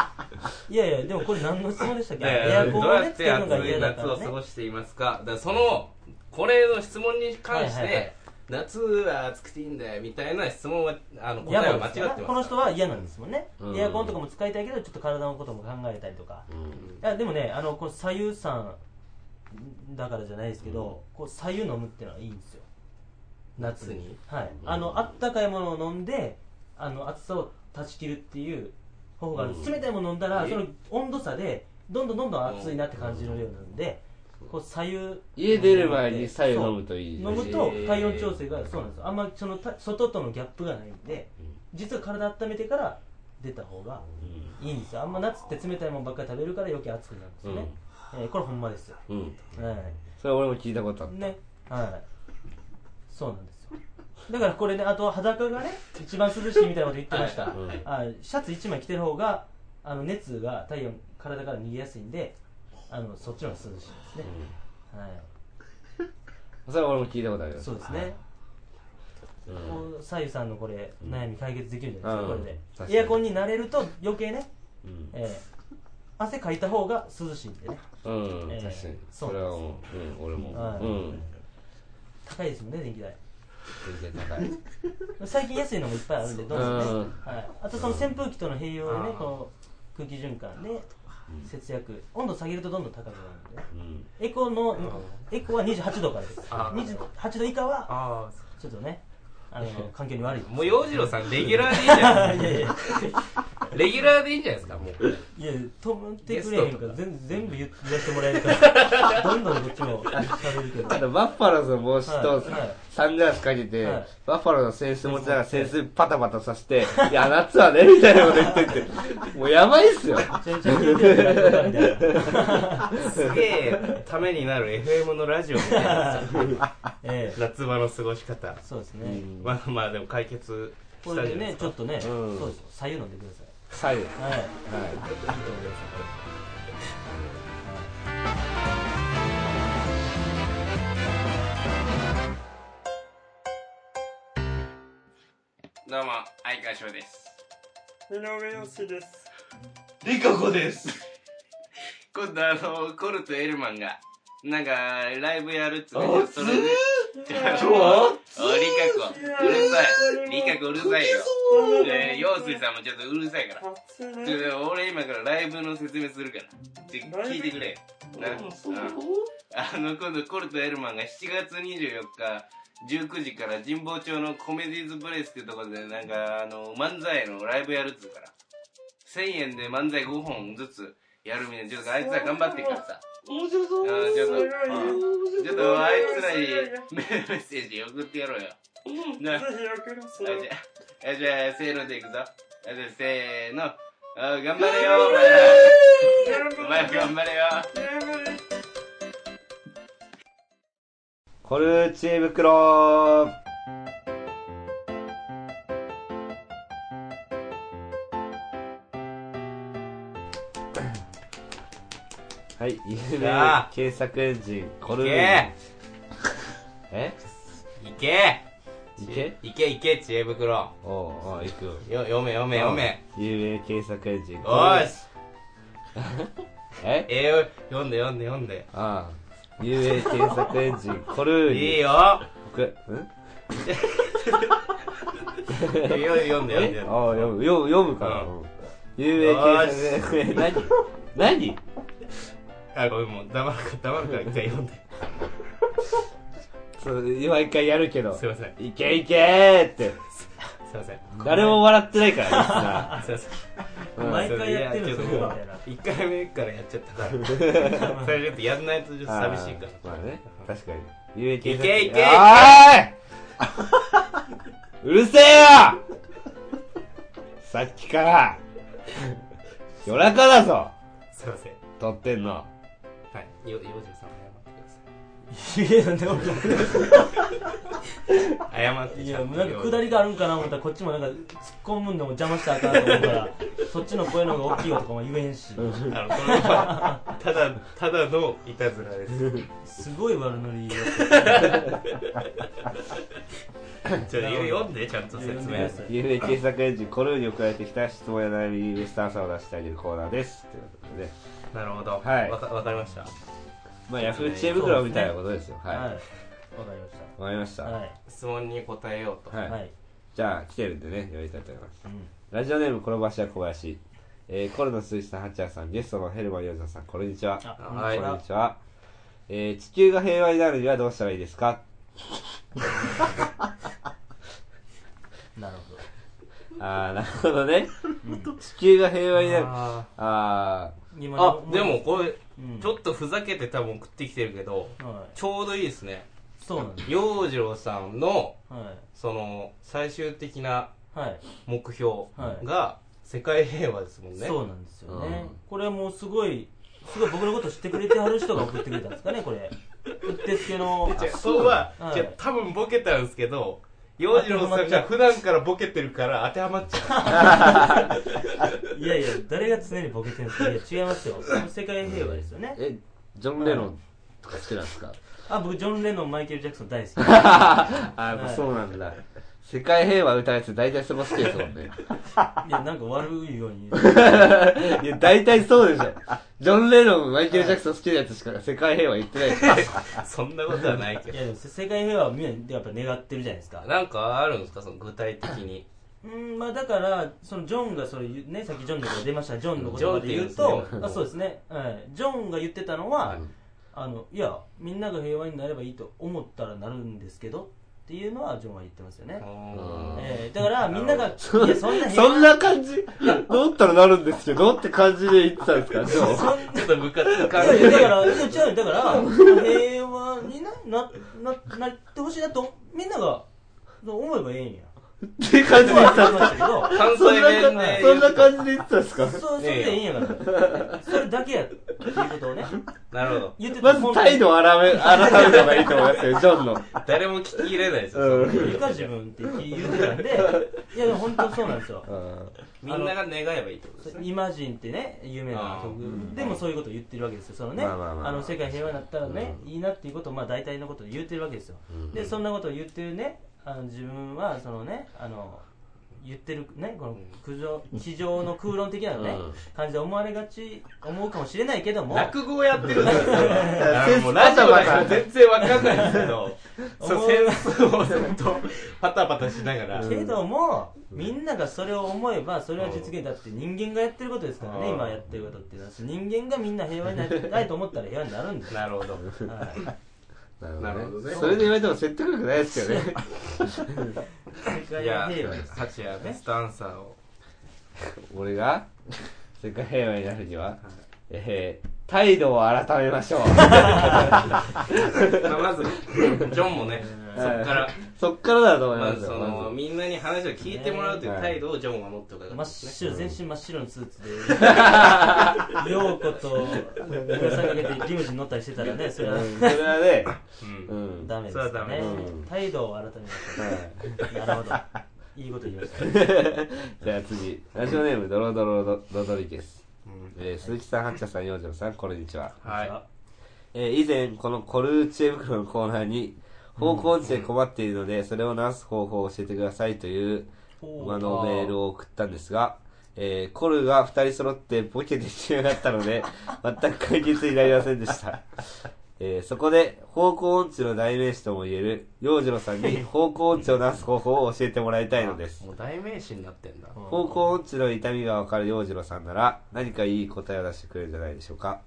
Speaker 2: いやいやでもこれ何の質問でしたっけ
Speaker 4: え
Speaker 2: エア
Speaker 4: ー
Speaker 2: コ
Speaker 4: ど
Speaker 2: ン
Speaker 4: う
Speaker 2: を
Speaker 4: や
Speaker 2: ね
Speaker 4: っ
Speaker 2: つけ
Speaker 4: て
Speaker 2: るの
Speaker 4: 暑
Speaker 2: が嫌
Speaker 4: い
Speaker 2: だか
Speaker 4: 夏を
Speaker 2: ら
Speaker 4: 過
Speaker 2: ね
Speaker 4: ごしていますかだからそのこれの質問に関し
Speaker 2: は
Speaker 4: て、
Speaker 2: いはいはい
Speaker 4: 夏は暑くていいんだよみたいな質問はあの
Speaker 2: やば
Speaker 4: 答え
Speaker 2: い
Speaker 4: は
Speaker 2: で
Speaker 4: 間違っ
Speaker 2: す
Speaker 4: て
Speaker 2: よね
Speaker 4: ます
Speaker 2: この人は嫌なんですもんね、
Speaker 1: うん
Speaker 2: エアコンとかも使いたいけどちょっと体のことも考えたりとか、いやでもねあのこう左右さんだからじゃないですけど、こう左右飲むっていうのはいいんですよ夏にはい、あのあったかいものを飲んであの暑さを断ち切るっていう方法があ
Speaker 1: う
Speaker 2: る、
Speaker 1: ん
Speaker 2: 冷たいもの飲んだら
Speaker 4: え
Speaker 2: その温度差でどんどんどんどん暑いなって感じるようになるんで、こう左右
Speaker 1: 家出る前に白湯飲むといい
Speaker 2: 飲む
Speaker 1: し
Speaker 2: と体温調整がそうなんですよあんまりそのた外とのギャップがないんで実は体温めてから出た方がいいんですよあんま夏って冷たいもんばっかり食べるから余計暑くなるんですよね、えーこれほんまですよ、
Speaker 1: うん、うん、
Speaker 2: はい
Speaker 1: それ俺も聞いたことある、
Speaker 2: ねはいそうなんですよだからこれねあと裸がね一番涼しいみたいなこと言ってました、
Speaker 1: いはい
Speaker 2: あシャツ1枚着てる方があの熱が体温体から逃げやすいんであのそっちの方が涼しいですね、はい
Speaker 1: それは俺も聞いたことあります
Speaker 2: そうですね、
Speaker 1: うん
Speaker 2: こうさゆさんのこれ悩み解決できるんじゃないですか、
Speaker 1: うん
Speaker 2: こ
Speaker 1: 確か
Speaker 2: れ
Speaker 1: に
Speaker 2: でエアコンに慣れると余計ね、
Speaker 1: うん
Speaker 2: えー汗かいた方が涼しいんでね
Speaker 1: うん、
Speaker 2: えー
Speaker 1: 確かに
Speaker 2: そう
Speaker 1: それはもう、うん、俺も、
Speaker 2: はい
Speaker 1: うん
Speaker 2: 高いですもんね電気代
Speaker 1: 全然高い
Speaker 2: 最近安いのもいっぱいあるんでどうぞね、
Speaker 1: うん
Speaker 2: はい、あとその扇風機との併用で
Speaker 4: う
Speaker 2: ね
Speaker 4: ん
Speaker 2: この空気循環で節約温度下げるとどんどん高くなるんでね
Speaker 1: うん
Speaker 2: エコのエコは28度からです
Speaker 4: あ
Speaker 2: 28度以下は
Speaker 4: あ
Speaker 2: ちょっとねあの環境に悪い
Speaker 4: あもう洋次郎さんレギュラーでいいんじゃない
Speaker 2: いやいや
Speaker 4: ですかレギュラーでいいんじゃないですかもう
Speaker 2: いや止まってくれへんから全全部言言わせてもらえるからどんどんこっちも喋るけど
Speaker 1: あとバッファローズの帽子と
Speaker 2: はいはい
Speaker 1: サングラスかけて、
Speaker 2: はい
Speaker 1: バッファローの扇子持ちながら扇子パタパタさせて、 いや、夏はね、みたいなこと言って て、もうやばいっすよ。
Speaker 2: ちょいちょい聞いてるからみたいな
Speaker 4: すげえためになる FM のラジオみたいな
Speaker 2: ええ
Speaker 4: 夏場の過ごし方
Speaker 2: そうですね、
Speaker 4: まあまあでも解決
Speaker 2: こ
Speaker 4: した
Speaker 2: れ
Speaker 4: じ
Speaker 2: で
Speaker 4: ゃないで
Speaker 2: ね
Speaker 4: す
Speaker 2: ちょ
Speaker 4: か
Speaker 2: っとね、
Speaker 1: ん
Speaker 2: そうですよ左右飲んでください
Speaker 1: 最後。
Speaker 2: はい、いい
Speaker 1: はい。
Speaker 2: と思います
Speaker 5: どうも、相川翔です。
Speaker 6: 井上陽水です。
Speaker 5: リカコです。今度あの、コルとエルマンが、なんか、ライブやるっつって、それで。超熱おい、リカコ、うるさい。リカコうるさいよ。で、陽水さんもちょっとうるさいから。
Speaker 6: 暑い
Speaker 5: ち
Speaker 6: ね。
Speaker 5: ょっと俺今からライブの説明するから。ちょ聞いてくれよ。なうんあの、今度コルとエルマンが7月24日、19時から神保町のコメディーズプレイスってとこで、なんか、あの、漫才のライブやるっつうから。1000円で漫才5本ずつやるみたいな。ちょっとあいつら頑張ってっからさ。
Speaker 6: 面白そう。
Speaker 5: うんちょっと
Speaker 6: すごい
Speaker 5: うんちょっとあいつらにメッセージ送ってやろうよ。な
Speaker 6: ぜひ送らせ
Speaker 5: あ
Speaker 6: て
Speaker 5: じゃあ、あじゃあ、せーのでいくぞ。あじゃあ、せーの。あ頑張れよ、お前ら。お前ら頑張れよ。
Speaker 1: コルチエ袋はい、有名
Speaker 4: あ
Speaker 1: 検索エンジン、コル
Speaker 4: いけ
Speaker 1: え
Speaker 4: いけ
Speaker 1: いけ
Speaker 4: いけいけ知恵袋
Speaker 1: おうおう、行くよ。
Speaker 4: よ読め読め読め
Speaker 1: 有名検索エンジン。
Speaker 4: おーし
Speaker 1: え
Speaker 4: ええよ読んで読んで読んで
Speaker 1: ああ。有名検索エンジン、コルーに。
Speaker 4: いいよ
Speaker 1: 僕。ん
Speaker 4: いいよ読んで読んで
Speaker 1: えああ、読む、読む、読むから。
Speaker 4: うん
Speaker 1: 有名検索エンジン。え何何
Speaker 4: あごめんもう黙るから黙るから一回読んで
Speaker 1: そう、毎回やるけど。
Speaker 4: すいません
Speaker 1: いけいけーって。
Speaker 4: すいません
Speaker 1: 誰も笑ってないから、リスナ
Speaker 4: すいません
Speaker 1: ーうん
Speaker 2: 毎回やってるん
Speaker 4: い
Speaker 2: です
Speaker 4: やちょっと
Speaker 2: よ
Speaker 4: も
Speaker 2: みたいな
Speaker 4: う一回目からやっちゃったからそれちょっとやんないとちょっと寂しいか
Speaker 1: あー
Speaker 4: ら
Speaker 1: まあね、確かに。有名検
Speaker 4: い
Speaker 1: 索
Speaker 4: けいけいけ
Speaker 1: お ーいうるせえよさっきから夜中だぞ
Speaker 4: すいません
Speaker 1: 撮ってんの。
Speaker 4: はいよよじさん謝ってく
Speaker 2: いやなんで俺
Speaker 4: ださい謝って
Speaker 2: い
Speaker 4: ち
Speaker 2: や
Speaker 4: ゃん
Speaker 2: もうな
Speaker 4: と
Speaker 2: んか下りがあるんかな思ったらこっちもなんか突っ込むんでも邪魔したらあかんと思うからそっちの声の方が大きいよとかも言えへんし
Speaker 4: あのこれはただただのいたずらです
Speaker 2: すごい悪乗り
Speaker 4: ちょっと読んでちゃんと説明
Speaker 1: 有名検索エンジン、このように送られてきた質問や悩みにベストアンサーを出してあげるコーナーです。ということでね。
Speaker 4: なるほど
Speaker 1: はい
Speaker 4: わかわかりました
Speaker 1: まあ、ヤフー知恵袋みたいなことですよ。
Speaker 2: はいわ
Speaker 1: は
Speaker 2: か
Speaker 1: い。
Speaker 2: りまし
Speaker 1: わかりました。
Speaker 2: た
Speaker 1: は
Speaker 2: はい
Speaker 4: 質問に答えようと
Speaker 2: はい、
Speaker 1: い。じゃあ、来てるんでね、読みたいと思います。
Speaker 2: うん
Speaker 1: ラジオネーム、転ばしや小林。えー、コロナ鈴木さん、八谷さん、ゲストのヘルマン洋二郎さん、こんにちは。
Speaker 2: あ
Speaker 4: は
Speaker 1: こんに
Speaker 4: い
Speaker 1: ちは。えー、地球が平和になるにはどうしたらいいですか
Speaker 2: なるほど
Speaker 1: あー、なるほどね。地球が平和になる。
Speaker 4: あ
Speaker 1: あ
Speaker 2: 今
Speaker 4: ー
Speaker 2: の
Speaker 4: あでもこれ
Speaker 2: うん
Speaker 4: ちょっとふざけて多分送ってきてるけど
Speaker 2: は
Speaker 4: ちょうどいいですね
Speaker 2: いそうなんです
Speaker 4: 洋次郎さんの
Speaker 2: は
Speaker 4: その最終的ない
Speaker 2: はい
Speaker 4: 目標が世界平和ですもんね
Speaker 2: そうなんですよね、
Speaker 1: うん
Speaker 2: これもうすごいすごい僕のこと知ってくれてはる人が送ってくれたんですかねこれうってつけの
Speaker 4: じゃあそうは、
Speaker 2: はい
Speaker 4: じゃあ多分ボケたんですけど洋次郎さんが普段からボケてるから当てはまっちゃ
Speaker 2: いやいや誰が常にボケてるんですかいや違いますよ世界平和ですよね
Speaker 1: えジョン・レノンとか好きなんですか
Speaker 2: あ僕ジョン・レノンマイケル・ジャクソン大好き
Speaker 1: あやっぱそうなんだ世界平和歌うやつ大体そこ好きですもん ね
Speaker 2: いやなんか悪いよ うに言う
Speaker 1: いや大体そうでしょジョン・レノンマイケル・ジャクソン好きなやつしか世界平和言ってないですよ
Speaker 4: う そんなことはないけ
Speaker 2: い
Speaker 4: ど
Speaker 2: やでも世界平和をみんなやっぱ願ってるじゃないですか
Speaker 4: なんかあるんですかその具体的に
Speaker 2: うんまあだからそのジョンがそれ言うねさっきジョンのこと出ましたジョンの言葉で言う
Speaker 4: ジ
Speaker 2: と
Speaker 4: ョンって言うんですね
Speaker 2: あそうですね、はいジョンが言ってたのは、
Speaker 1: うん
Speaker 2: あのいやみんなが平和になればいいと思ったらなるんですけどっていうのはジョンは言ってますよね、
Speaker 1: ん
Speaker 2: えーだからみんな がいやそんな平 和
Speaker 1: そんな感じどうったらなるんですけどって感じで言ってたんですかジョン
Speaker 2: そん
Speaker 4: ちょっと部活
Speaker 2: い
Speaker 4: 感
Speaker 2: やいやだか
Speaker 4: じ
Speaker 2: ら、いや違うよだから、平和にな、な、な、なってほしいなと、みんなが、そう思えばええ んや。
Speaker 1: って感じで言ってたん
Speaker 2: 思
Speaker 1: で
Speaker 2: いましたけど、
Speaker 4: 関
Speaker 1: すかそ
Speaker 4: 西
Speaker 1: んな
Speaker 4: 弁
Speaker 1: か
Speaker 4: で
Speaker 1: そんな感じで言ってたんですか
Speaker 2: そう、それでええんやから。それだけや、っていうことをね、
Speaker 4: なるほど
Speaker 2: 言って
Speaker 1: まず態度を改 め、改めた方がいいと思いますよ、ジョンの。
Speaker 4: 誰も聞き入れないですよ、
Speaker 1: うん
Speaker 4: その
Speaker 2: いいか自分って言ってたんで、いやでも本当そうなんですよ。
Speaker 4: みんなが願えばいいってことですね
Speaker 2: イマジンってね、有名な
Speaker 4: あーう
Speaker 2: 曲でもそういうことを言ってるわけですよ、そのね、
Speaker 1: まあまあまあ
Speaker 2: あの世界平和になったらね、いいなっていうことを、まあ、大体のことを言ってるわけですよ、でそんなことを言ってるね、あの自分はそのねあの言ってるね、この苦情地上の空論的なね、
Speaker 1: うん
Speaker 2: 感じで思われがち、思うかもしれないけども、
Speaker 4: 落語をやってるんですよ。
Speaker 1: センス
Speaker 4: もうラジオだから全然わかんないんですけど、
Speaker 2: 思
Speaker 4: そうう、センスをずっとパタパタしながら。
Speaker 2: けども、みんながそれを思えばそれは実現だって人間がやってることですからね、
Speaker 4: うん
Speaker 2: 今やってることっていうのは人間がみんな平和になりたいと思ったら平和になるんですよ。
Speaker 4: なるほど。
Speaker 2: はい
Speaker 1: な
Speaker 4: なるほどね
Speaker 1: それで言われても説得力ないですけどね。
Speaker 2: 世界
Speaker 4: じゃあ
Speaker 2: 平和です、
Speaker 4: ハチはベストアンサーを。
Speaker 1: 俺が、世界平和になるには、えー、態度を改めま しょう。
Speaker 4: まあまず、ジョンもね、そっから、
Speaker 1: そっからだと思い
Speaker 4: ま
Speaker 1: ま
Speaker 4: ず
Speaker 1: す
Speaker 4: そ
Speaker 1: よ。
Speaker 4: の、みんなに話を聞いてもらうという態度をジョンは持っておかなか
Speaker 2: 真
Speaker 4: っ
Speaker 2: った
Speaker 4: ですね。
Speaker 2: 白、全身真っ白のスーツで、ようこと、ぶら下げてリムジン乗ったりしてたらね、それは
Speaker 1: まずうんそれはね、
Speaker 4: うん
Speaker 1: うん。
Speaker 2: ダメです
Speaker 4: それ
Speaker 2: よ
Speaker 4: はダ
Speaker 2: ね
Speaker 4: メ
Speaker 1: です。
Speaker 2: 態度を改めまし ょう。なるほど。いいこと言いました。
Speaker 1: じゃあ次、ラジオネーム、ドロドロドドドリゲス。えー、鈴木さん、ハッチャさん、洋次郎さん、こんにちは。
Speaker 4: は
Speaker 1: えー以前、このコルーチェ袋のコーナーに、方向音痴で困っているので、それを直す方法を教えてくださいという、
Speaker 2: お
Speaker 1: 馬
Speaker 2: ー
Speaker 1: のメールを送ったんですが、えーコルが二人揃ってボケてしまったので、全く解決になりませんでした。えーそこで、方向音痴の代名詞とも言える、洋次郎さんに方向音痴を直す方法を教えてもらいたいのです
Speaker 4: い。。もう代名詞になってんだ。
Speaker 1: 方向音痴の痛みがわかる洋次郎さんなら何かいい答えを出してくれるんじゃないでしょうか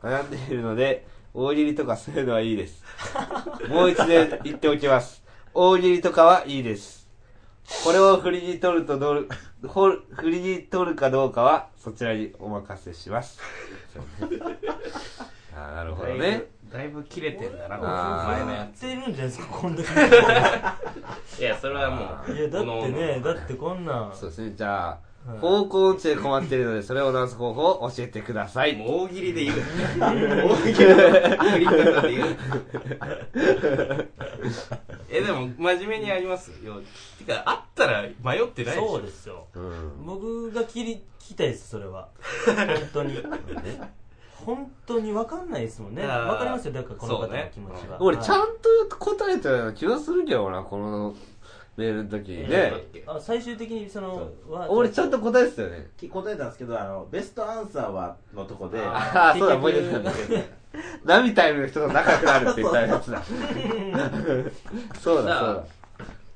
Speaker 1: 悩んでいるので大喜利とかそういうのはいいです もう一度言っておきます大喜利とかはいいですこれを振りに取るとどうほ振りに取るかどうかはそちらにお任せします あーなるほどね
Speaker 4: だいぶ切れてんだな、
Speaker 1: あー
Speaker 4: 前の
Speaker 2: や
Speaker 4: や
Speaker 2: ってるんじゃないですか、こ んだけ。い
Speaker 4: つ。いや、それはもう。
Speaker 2: や、だって
Speaker 4: おの
Speaker 2: ね、
Speaker 4: おの
Speaker 2: だってこんなん。
Speaker 1: そうですねじゃあ、
Speaker 2: はい
Speaker 1: 方向音痴で困っているのでそれを直す方法を教えてください
Speaker 4: もう大喜利で言う。大喜利の振り方で言う。え、でも、真面目にやりますよ。てか、あったら迷ってないでしょ。
Speaker 2: そうですよ。
Speaker 1: うん
Speaker 2: 僕が切り、聞きたいです、それは。本当 に。本当に分かんないですもんね。
Speaker 4: だから
Speaker 2: 分かりますよ、だからこの方
Speaker 4: そうね
Speaker 2: の気持ちが。
Speaker 1: 俺、
Speaker 2: はい
Speaker 1: ちゃんと答えたような気がするけどな、このメールの時にね。
Speaker 2: えーあ最終的にそのは
Speaker 1: 俺、ちゃんと答えてたよね。
Speaker 7: 答えたんですけどあのベストアンサーはのとこで
Speaker 1: ああ、そうだ、
Speaker 2: 結局
Speaker 1: もう一回言ってたんだ。 ナミタイムの人と仲良くなるって言ったやつだ。 そうだ、そうだ。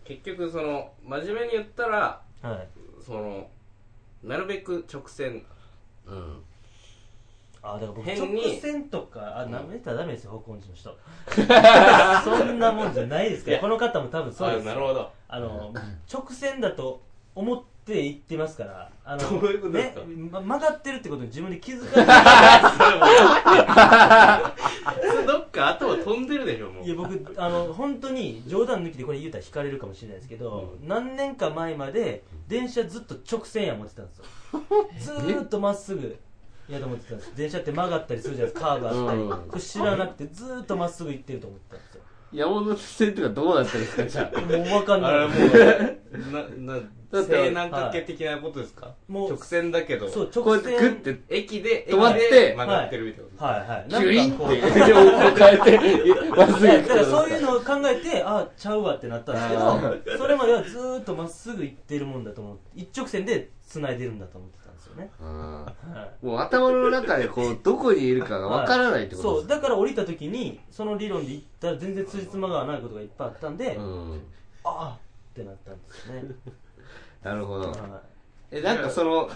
Speaker 4: 結局、その、真面目に言ったら、
Speaker 2: はい
Speaker 4: その、なるべく直線。
Speaker 1: うん。
Speaker 2: あだから僕
Speaker 4: 変に
Speaker 2: 直線とかあなめたらダメですよ方向音痴の 人 そんなもんじゃないですか
Speaker 4: い
Speaker 2: ら
Speaker 4: や
Speaker 2: この方も多分そうです
Speaker 4: あ
Speaker 2: よ
Speaker 4: なるほ ど。
Speaker 2: あの直線だと思って言ってますからあの
Speaker 4: どういうことですか
Speaker 2: ねま 曲がってるってことに自分で気づかない
Speaker 4: どっか、あとは飛んでるでしょ、もう。
Speaker 2: いや僕あの本当に冗談抜きでこれ言うたら引かれるかもしれないですけど、何年か前まで電車ずっと直線や思ってた んですよずーっとまっすぐやと思ってたんです電車って曲がったりするじゃないですかカーブあったり、
Speaker 1: うん
Speaker 2: これ知らなくてずーっとまっすぐ行ってると思ってたんですよ
Speaker 1: 山手線とかどうなったんですかじゃあ
Speaker 2: もう分かん
Speaker 4: あれ
Speaker 2: な
Speaker 4: も、
Speaker 2: いう
Speaker 4: な、な、
Speaker 1: って
Speaker 4: 正南角形的なことですか
Speaker 2: もう
Speaker 4: 直線だけど、
Speaker 2: そう
Speaker 1: こう
Speaker 2: 直
Speaker 1: やって
Speaker 2: 線
Speaker 1: グッて
Speaker 4: 駅で、
Speaker 1: 止まって
Speaker 4: 駅で曲がってるみたいな。
Speaker 2: はいはい
Speaker 1: キュイ
Speaker 2: な
Speaker 1: ン
Speaker 2: ん
Speaker 1: っ
Speaker 2: か
Speaker 1: て
Speaker 2: こう
Speaker 1: 変えてまっすぐ行くと 思
Speaker 2: だからそう
Speaker 1: っ
Speaker 2: いうのを考えてあちゃうわってなったんですけどそれまではずーっとまっすぐ行ってるもんだと思って一直線で繋いでるんだと思ってたんですよね、
Speaker 1: たあ
Speaker 2: はい
Speaker 1: ーもう頭の中でこうどこにいるかがわからないってこと
Speaker 2: そうだから降りた時にその理論で言ったら全然つじつまが合わないことがいっぱいあったんで、
Speaker 1: うん
Speaker 2: ああってなったんですよ ね、
Speaker 1: なるほど
Speaker 2: はい
Speaker 1: えなんかその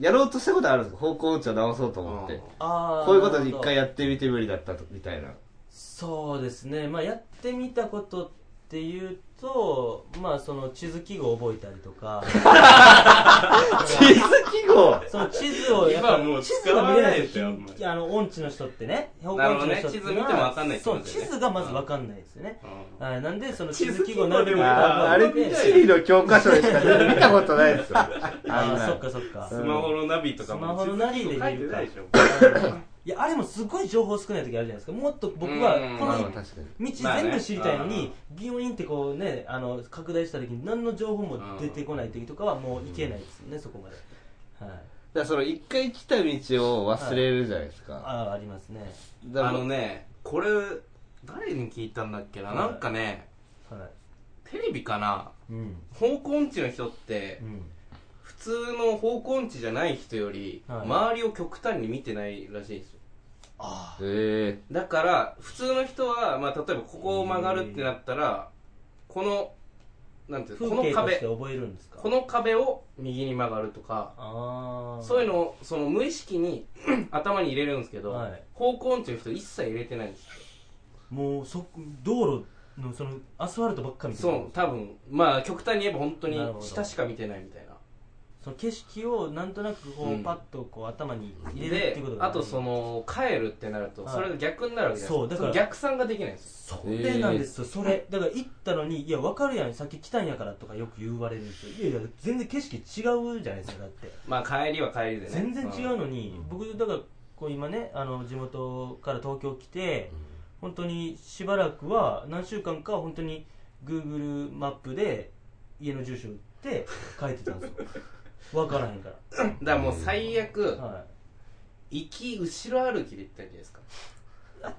Speaker 1: やろうとしたことあるんですか方向音痴を直そうと思って
Speaker 2: あー
Speaker 1: こういうことで一回やってみて無理だったとみたいな
Speaker 2: そうですねまあやってみたことっていうとまあその地図記号を覚えたりと か
Speaker 1: 地図記号
Speaker 2: その地図をやっぱ
Speaker 4: 今もう
Speaker 2: 地図が見えないです
Speaker 4: 使わ
Speaker 2: よ
Speaker 4: ないですよあんまり
Speaker 2: あの音痴の人ってね方
Speaker 4: なるほどね
Speaker 2: 音痴の人っていうの
Speaker 4: 地図見
Speaker 2: は
Speaker 4: てもわかんないって
Speaker 2: そ
Speaker 4: こと
Speaker 2: う
Speaker 4: ですよね
Speaker 2: 地図がまずわかんないですよね、
Speaker 4: うん
Speaker 2: はいなんでその
Speaker 4: 地
Speaker 2: 地
Speaker 4: 図
Speaker 2: 図記号なるべく
Speaker 4: 記号でも
Speaker 1: あーあれ
Speaker 2: 覚えて
Speaker 1: 地理の教科書でしか見たことないですよ
Speaker 2: あ
Speaker 1: ん
Speaker 2: あ
Speaker 1: な
Speaker 2: そっかそっか
Speaker 4: スマホのナビとかも
Speaker 2: スマホのナビで見るか
Speaker 4: 書いてないでしょ。
Speaker 2: いやあれもすごい情報少ない時あるじゃないですかもっと僕
Speaker 4: う
Speaker 2: は
Speaker 4: ん
Speaker 2: こ
Speaker 1: まあま
Speaker 2: の
Speaker 1: あ確かに
Speaker 2: 道
Speaker 4: まあ
Speaker 2: 全
Speaker 4: ね
Speaker 2: 部知りたいの
Speaker 4: うんうん
Speaker 2: にビヨインってこうねあの拡大した時に何の情報も出てこない時とかはもういけないですよねそこまで
Speaker 1: だ
Speaker 2: はい
Speaker 1: からその一回来た道を忘れるじゃないですか、
Speaker 2: ああありますね
Speaker 1: だから
Speaker 4: あのね、これ、誰に聞いたんだっけな、
Speaker 2: はい
Speaker 4: なんかね、
Speaker 2: は
Speaker 4: テレビかな、
Speaker 2: いうん
Speaker 4: 方向音痴の人って
Speaker 2: う、ん
Speaker 4: 普通の方向音痴じゃない人より、
Speaker 2: はい
Speaker 4: 周りを極端に見てないらしいんですよ。
Speaker 2: あ
Speaker 1: え
Speaker 4: だから、普通の人は、まあ、例えばここを曲がるってなったら、この、なんて
Speaker 2: あ
Speaker 4: いうの
Speaker 2: 風
Speaker 4: この
Speaker 2: 景として
Speaker 4: 壁、
Speaker 2: 覚えるんですか
Speaker 4: この壁を右に曲がるとか、
Speaker 2: ああ
Speaker 4: そういう
Speaker 2: の
Speaker 4: のをその無意識に 頭に入れるんですけど、
Speaker 2: はい
Speaker 4: 方向音痴の人一切入れてないんですよ
Speaker 2: もうそ道路のそのアスファルトばっか見てる
Speaker 4: そう多分まあ極端に言えば本当に
Speaker 2: なるほど
Speaker 4: 下しか見てないみたいな
Speaker 2: その景色をなんとなくこ
Speaker 4: うん
Speaker 2: うパッとこう頭に入れるって
Speaker 4: で
Speaker 2: いうことが
Speaker 4: あとその帰るってなると
Speaker 2: はい
Speaker 4: それが逆になるわけじゃない
Speaker 2: そう
Speaker 4: で
Speaker 2: だ
Speaker 4: す
Speaker 2: か
Speaker 4: か、
Speaker 2: ら
Speaker 4: 逆算ができないんですよ
Speaker 2: それなんですよ、それだから行ったのにいや分かるやんさっき来たんやからとかよく言われるんですよいやいや全然景色違うじゃないですかだって
Speaker 4: まあ帰りは帰りでね
Speaker 2: 全然違う
Speaker 4: の
Speaker 2: のに、僕だからこう今ねあの地元から東京来て、本当にしばらくは何週間か本当に Google マップで家の住所打って書いてたんですよ分からへんか
Speaker 4: だからもう最悪
Speaker 2: ら、は
Speaker 4: 行き後ろ歩きで行ったらいいんじ ゃな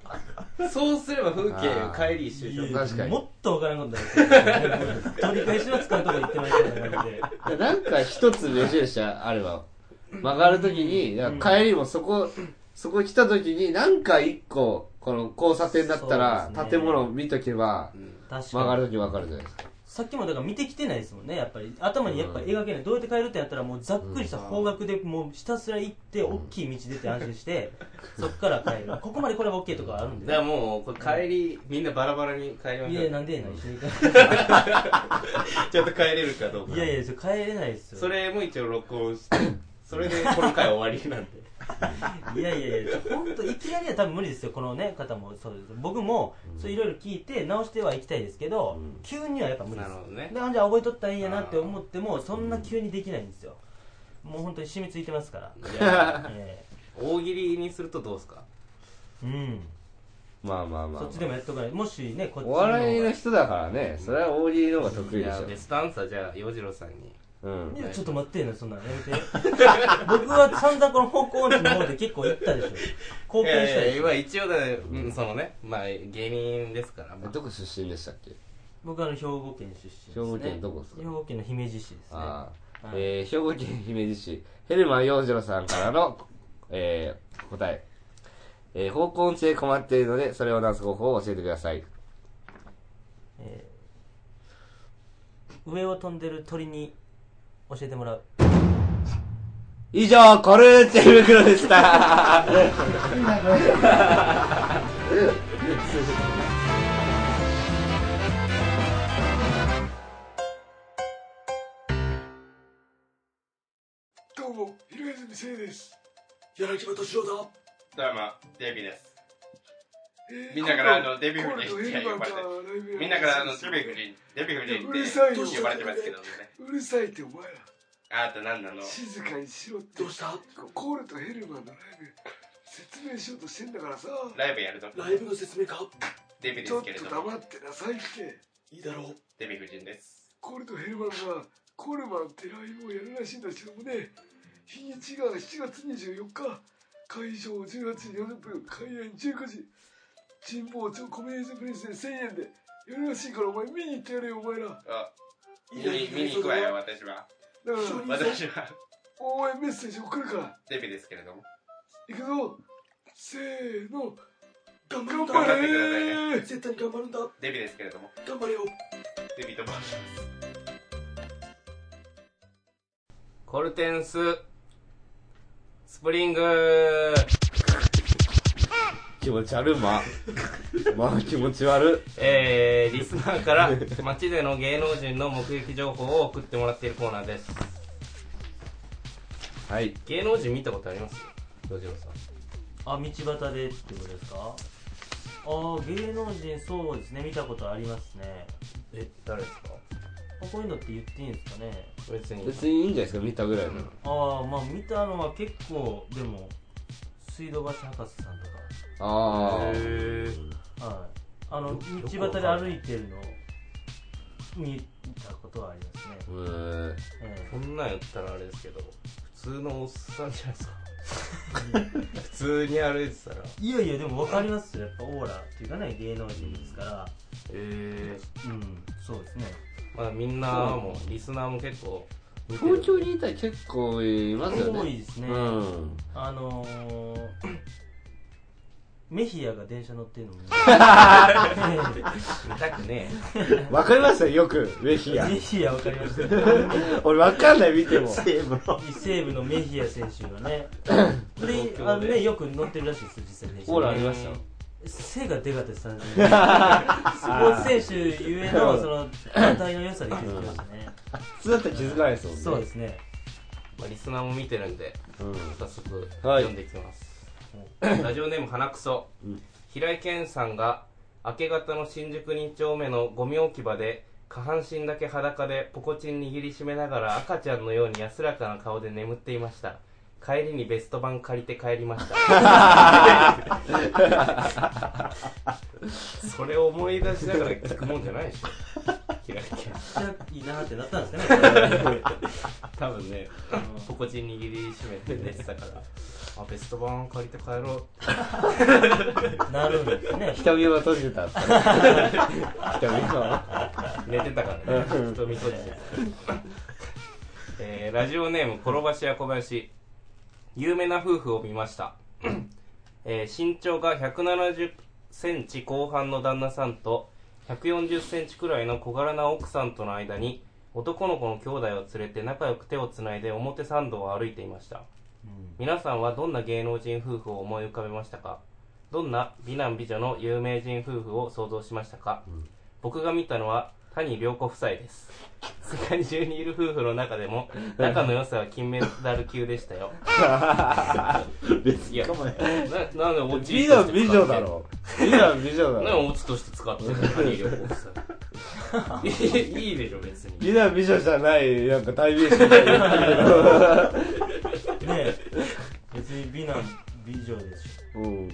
Speaker 4: いですかそうすれば風
Speaker 1: あー
Speaker 4: 景帰り一
Speaker 2: い、い
Speaker 4: 周しよ
Speaker 2: や
Speaker 4: う
Speaker 2: いや
Speaker 1: 確かに
Speaker 2: もっと分からんことになるんですよ取り返しのつかんとこ行ってましたよなんで
Speaker 1: ー、なんか一つ目印あれば曲がるときになんか帰りもそこ、そこ来たときになんか一個この交差点だったら
Speaker 2: そうですね
Speaker 1: 建物を見とけば
Speaker 4: うん
Speaker 2: 確か
Speaker 1: 曲
Speaker 2: に
Speaker 1: がるときわかるじゃない ですか
Speaker 2: さっきもだから見てきてないですもんねやっぱり頭にやっぱ描けない、どうやって変えるってやったらもうざっくりした方角でもうひたすら行って大きい道出て安心 して、そっから変えるここまでこれは OK とかあるんで
Speaker 4: だからもうこれ帰りみんなバラバラに帰りま
Speaker 2: い
Speaker 4: し
Speaker 2: や
Speaker 4: ょう
Speaker 2: いやなんでえな一緒に行か
Speaker 4: ちょっと帰れるかどう
Speaker 2: な
Speaker 4: か
Speaker 2: いいやいやそれ帰れないですよ
Speaker 4: それも一応録 音してそれでこの回終わりなんで
Speaker 2: いやいやいや本当いきなりは多分無理ですよこのね方もそうです僕もそういろいろ聞いて直してはいきたいですけど、急にはやっぱ無理
Speaker 4: な
Speaker 2: で
Speaker 4: る
Speaker 2: す
Speaker 4: ほどね
Speaker 2: であじゃあ覚えとったらいいやなって思ってもそんな急にできないんですよもう本当に染みついてますから、
Speaker 4: いや
Speaker 2: え
Speaker 4: 大喜利にするとどうですか
Speaker 2: えうん
Speaker 1: まあまあまあ、
Speaker 2: そ
Speaker 1: ま
Speaker 2: っちで
Speaker 1: あ、
Speaker 2: もやっとかないもしねこっち
Speaker 1: お笑いの
Speaker 2: い
Speaker 1: 人だからねそれは大喜利の方が得
Speaker 4: い
Speaker 1: 意でし
Speaker 4: や
Speaker 1: ょ
Speaker 4: ベストアンサーじゃあ洋次郎さんに
Speaker 1: うん
Speaker 2: やちょっと待ってよなそんなんやめて僕は散々この方向音痴の方で結構行った でしょ貢
Speaker 4: い
Speaker 2: 献した
Speaker 4: や
Speaker 2: で
Speaker 4: い
Speaker 2: し
Speaker 4: や
Speaker 2: ょ
Speaker 4: まあ一応だね、うん、そのねまあ芸人ですから、まあ
Speaker 1: どこ出身でしたっけ
Speaker 2: 僕はあの兵庫県出身です、ね、
Speaker 1: 兵庫県どこですか
Speaker 2: 兵庫県の姫路市ですね
Speaker 1: ああ、
Speaker 2: はい
Speaker 1: えー、兵庫県姫路市、ヘルマン洋次郎さんからの、えー、答え。えー、方向音痴で困っているので、それを直す方法を教えてください。
Speaker 2: えー上を飛んでる鳥に教えてもらう
Speaker 1: 以上、コルーチェ袋で した。
Speaker 8: どうも、平泉聖です。柳葉敏郎だ。
Speaker 5: どうも、デビです。みんなからあの、デヴィ夫人って呼ばれて、みんなからあの、デヴィ夫人、デヴィ夫人って呼ばれてますけどね。
Speaker 8: うるさいってお前ら
Speaker 5: あなた何なの
Speaker 8: 静かにしろってどうしたコールとヘルマンのライブ説明しようとしてんだからさ
Speaker 5: ライブやるぞ。
Speaker 9: ライブの説明か
Speaker 5: デヴィで
Speaker 8: ちょ
Speaker 5: す
Speaker 8: っ
Speaker 5: けれ
Speaker 8: と
Speaker 5: ども、
Speaker 8: 黙ってなさいって
Speaker 9: いいだろう。
Speaker 5: デヴィ夫人です。
Speaker 8: コールとヘルマンがコールマンってライブをやるらしいんだけどもね日にちが7月24日会場18時40分開演19時神保町コミュニティプリンスで1000円でやるらしいからお前見に行ってやれよお前らだか
Speaker 5: あ、見
Speaker 9: いや
Speaker 5: に見に行くわよ、私は。
Speaker 8: ら
Speaker 5: 私は、
Speaker 8: 応援メッセージ送るから
Speaker 5: デヴィですけれども。
Speaker 8: 行くぞせーの
Speaker 9: 頑張るん
Speaker 8: 頑
Speaker 9: だ。
Speaker 8: 張
Speaker 5: 頑張ってくださいね
Speaker 8: れー
Speaker 9: 絶対に頑張るんだ。
Speaker 5: デヴィですけれども、
Speaker 9: 頑張れよ。
Speaker 5: デヴィと申します。
Speaker 4: コルテンス、スプリング
Speaker 1: 気持ち悪いままあ気持ち悪
Speaker 4: えー、リスナ ーから街での芸能人の目撃情報を送ってもらっているコーナーです。
Speaker 1: いはい
Speaker 4: 芸能人見たことありますロジロさん。
Speaker 2: あ道端でってことですかあー芸能人そうですね見たことありますね
Speaker 4: え、誰ですか
Speaker 2: あこういうのって言っていいんですかね
Speaker 4: 別に。
Speaker 1: 別にいいんじゃないですか見たぐらいなら
Speaker 2: ああまあ見たのは結構でも水道橋博士さんとか
Speaker 1: ああ
Speaker 2: はい、あの
Speaker 4: よ
Speaker 2: 道
Speaker 4: く
Speaker 2: 端で歩いてるのを見たことはありますね、
Speaker 1: うん
Speaker 2: え
Speaker 4: こんなんやったらあれですけど、普通のおっさんじゃないですか。普通に歩いてたら。
Speaker 2: えいやいやでも分かりますよやっぱオーラっていうかね芸能人ですから
Speaker 4: え
Speaker 2: うんそうですね
Speaker 4: ー、まあみんなも、リスナーも結構見てる、
Speaker 1: 東京にいたら結構いますよね
Speaker 2: 多いですね、
Speaker 1: うん
Speaker 2: あのー、 メヒアが電車乗ってるのも
Speaker 4: 見たくね
Speaker 1: わかりましたよくメヒ ア
Speaker 2: メヒア分かります
Speaker 1: 俺わかんない見ても
Speaker 2: 西武のメヒア選手がねであのねよく乗ってるらしいです実際電車
Speaker 1: オーラありました
Speaker 2: 背がでかってたんですよスポーツ選手ゆえのその団体の良さで気づきましたね
Speaker 1: 普通だったら気づかないですもんね
Speaker 2: そ うですね
Speaker 4: え。まあリスナーも見てるんで、早速、
Speaker 1: はい
Speaker 4: 読んでいきます。ラジオネーム花くそ。
Speaker 1: うん
Speaker 4: 平井堅さんが、明け方の新宿2丁目のゴミ置き場で、下半身だけ裸でポコチン握りしめながら赤ちゃんのように安らかな顔で眠っていました。帰りにベスト版借りて帰りました。 それを思い出しながら聞くもんじゃないでしょ。平井堅
Speaker 2: じゃあいいなってなったんですかね
Speaker 4: 多分ね、ポコチン握りしめて寝てたから、あ、ベスト版借りて帰ろう。
Speaker 2: なるんですね
Speaker 1: 瞳は閉じてた瞳は
Speaker 4: 寝てたからね瞳閉じて、えーラジオネーム転ばし屋小林有名な夫婦を見ました、えー身長が1 7 0センチ後半の旦那さんと1 4 0センチくらいの小柄な奥さんとの間に男の子の兄弟を連れて仲良く手をつないで表参道を歩いていました、皆さんはどんな芸能人夫婦を思い浮かべましたかどんな美男美女の有名人夫婦を想像しましたか、僕が見たのは谷良子夫妻 です世界中にいる夫婦の中でも仲の良さは金メダル級でした よ別に
Speaker 7: もね
Speaker 4: ななんでオチ
Speaker 1: 美女美女だろ美女美女だ
Speaker 4: なん
Speaker 1: ろ
Speaker 4: でオチとして使ってるの谷良子夫 妻いいでしょ別に
Speaker 1: 美男美女じゃないなんか代名詞みたいな
Speaker 2: ね別に美男美女でし
Speaker 1: うん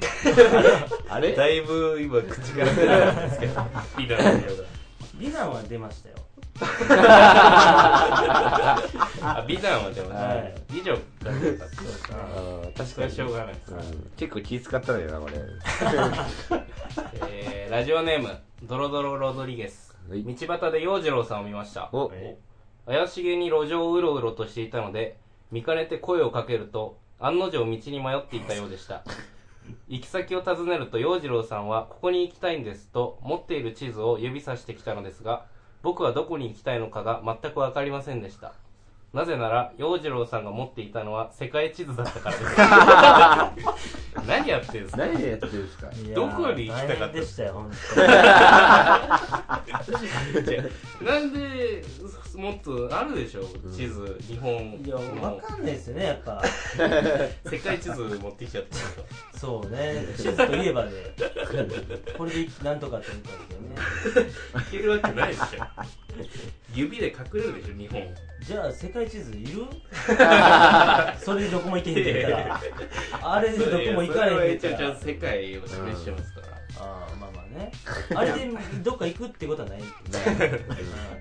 Speaker 1: あれ
Speaker 4: だいぶ今口から出なかったですけどいいだろう
Speaker 2: ょ
Speaker 4: よ
Speaker 2: 美男は出ましたよ
Speaker 4: あ美男はでも
Speaker 2: は
Speaker 4: ね
Speaker 2: い
Speaker 4: 美女が出た
Speaker 2: そうですね
Speaker 1: あー確か
Speaker 4: それは
Speaker 1: に
Speaker 4: しょうがない
Speaker 1: うん結構気使ったんだよな これ
Speaker 4: えーラジオネームドロドロロドリゲス
Speaker 1: はい
Speaker 4: 道端で洋次郎さんを見ました
Speaker 1: お
Speaker 4: 怪しげに路上をうろうろとしていたので見かねて声をかけると案の定道に迷っていたようで した行き先を尋ねると洋次郎さんはここに行きたいんですと持っている地図を指さしてきたのですが僕はどこに行きたいのかが全く分かりませんでしたなぜなら洋次郎さんが持っていたのは世界地図だったからです 何やってんすか
Speaker 1: 何でやってるんですか
Speaker 2: いやー
Speaker 4: どこに行きたかった
Speaker 2: 大変でしたよ本当に
Speaker 4: なんで、もっとあるでしょ地図日本
Speaker 2: いや、わ
Speaker 4: の
Speaker 2: かんないですよね、やっぱ。
Speaker 4: 世界地図持ってきちゃっ た
Speaker 2: そうね。地図といえばで、これでなんとかって思ったんだけどね。
Speaker 4: いけるわけないでしょ指で隠れるでしょ日本
Speaker 2: じゃあ、世界地図い るそれでどこも行けへんって言ったら。あれでどこも行かれへんって
Speaker 4: そ
Speaker 2: 言った
Speaker 4: れは一応
Speaker 2: ら
Speaker 4: ちゃん。と世界を示してますから
Speaker 2: ああ、まあまあね。あれでどっか行くってことはないってね。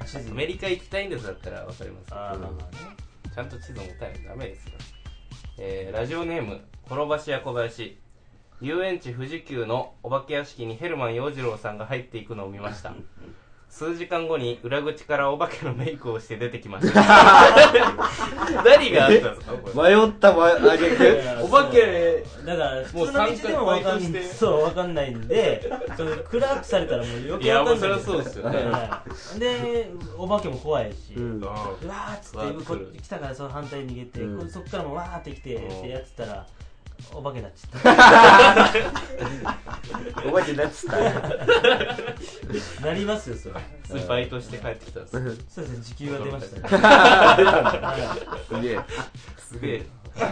Speaker 2: うん地図
Speaker 4: アメリカ行きたいんですだったらわかりますけど
Speaker 2: ああ、まあまあね。
Speaker 4: ちゃんと地図持たないとダメですよ、えーラジオネーム転ばしや小林遊園地富士急のお化け屋敷にヘルマン洋次郎さんが入っていくのを見ました数時間後に裏口からお化けのメイクをして出てきました 何があったんですかこれ
Speaker 1: 迷ったまあげく
Speaker 4: お化け
Speaker 2: だから普通の道でもわか
Speaker 4: も
Speaker 2: んな
Speaker 4: う参加
Speaker 2: い
Speaker 4: して
Speaker 2: そうわかんないんでその暗くされたらもう余
Speaker 4: い
Speaker 2: 計わ
Speaker 4: やも
Speaker 2: か
Speaker 4: うんそ
Speaker 2: ない
Speaker 4: りゃそうですよね、
Speaker 2: はい、でお化けも怖いし、う
Speaker 1: うん
Speaker 2: わーっつ
Speaker 4: わーっ
Speaker 2: っててこっち来たからその反対に逃げて、
Speaker 1: うん
Speaker 2: こそっからもうわーって来て
Speaker 4: うん
Speaker 2: ってやってたらお化けになっちゃっ
Speaker 1: お化けに なっちゃった
Speaker 2: たなりますよそれ
Speaker 4: 普通にバイトして帰ってきたんですよ
Speaker 2: そうですね時給が出ましたねは
Speaker 1: すげえ
Speaker 4: すげえな、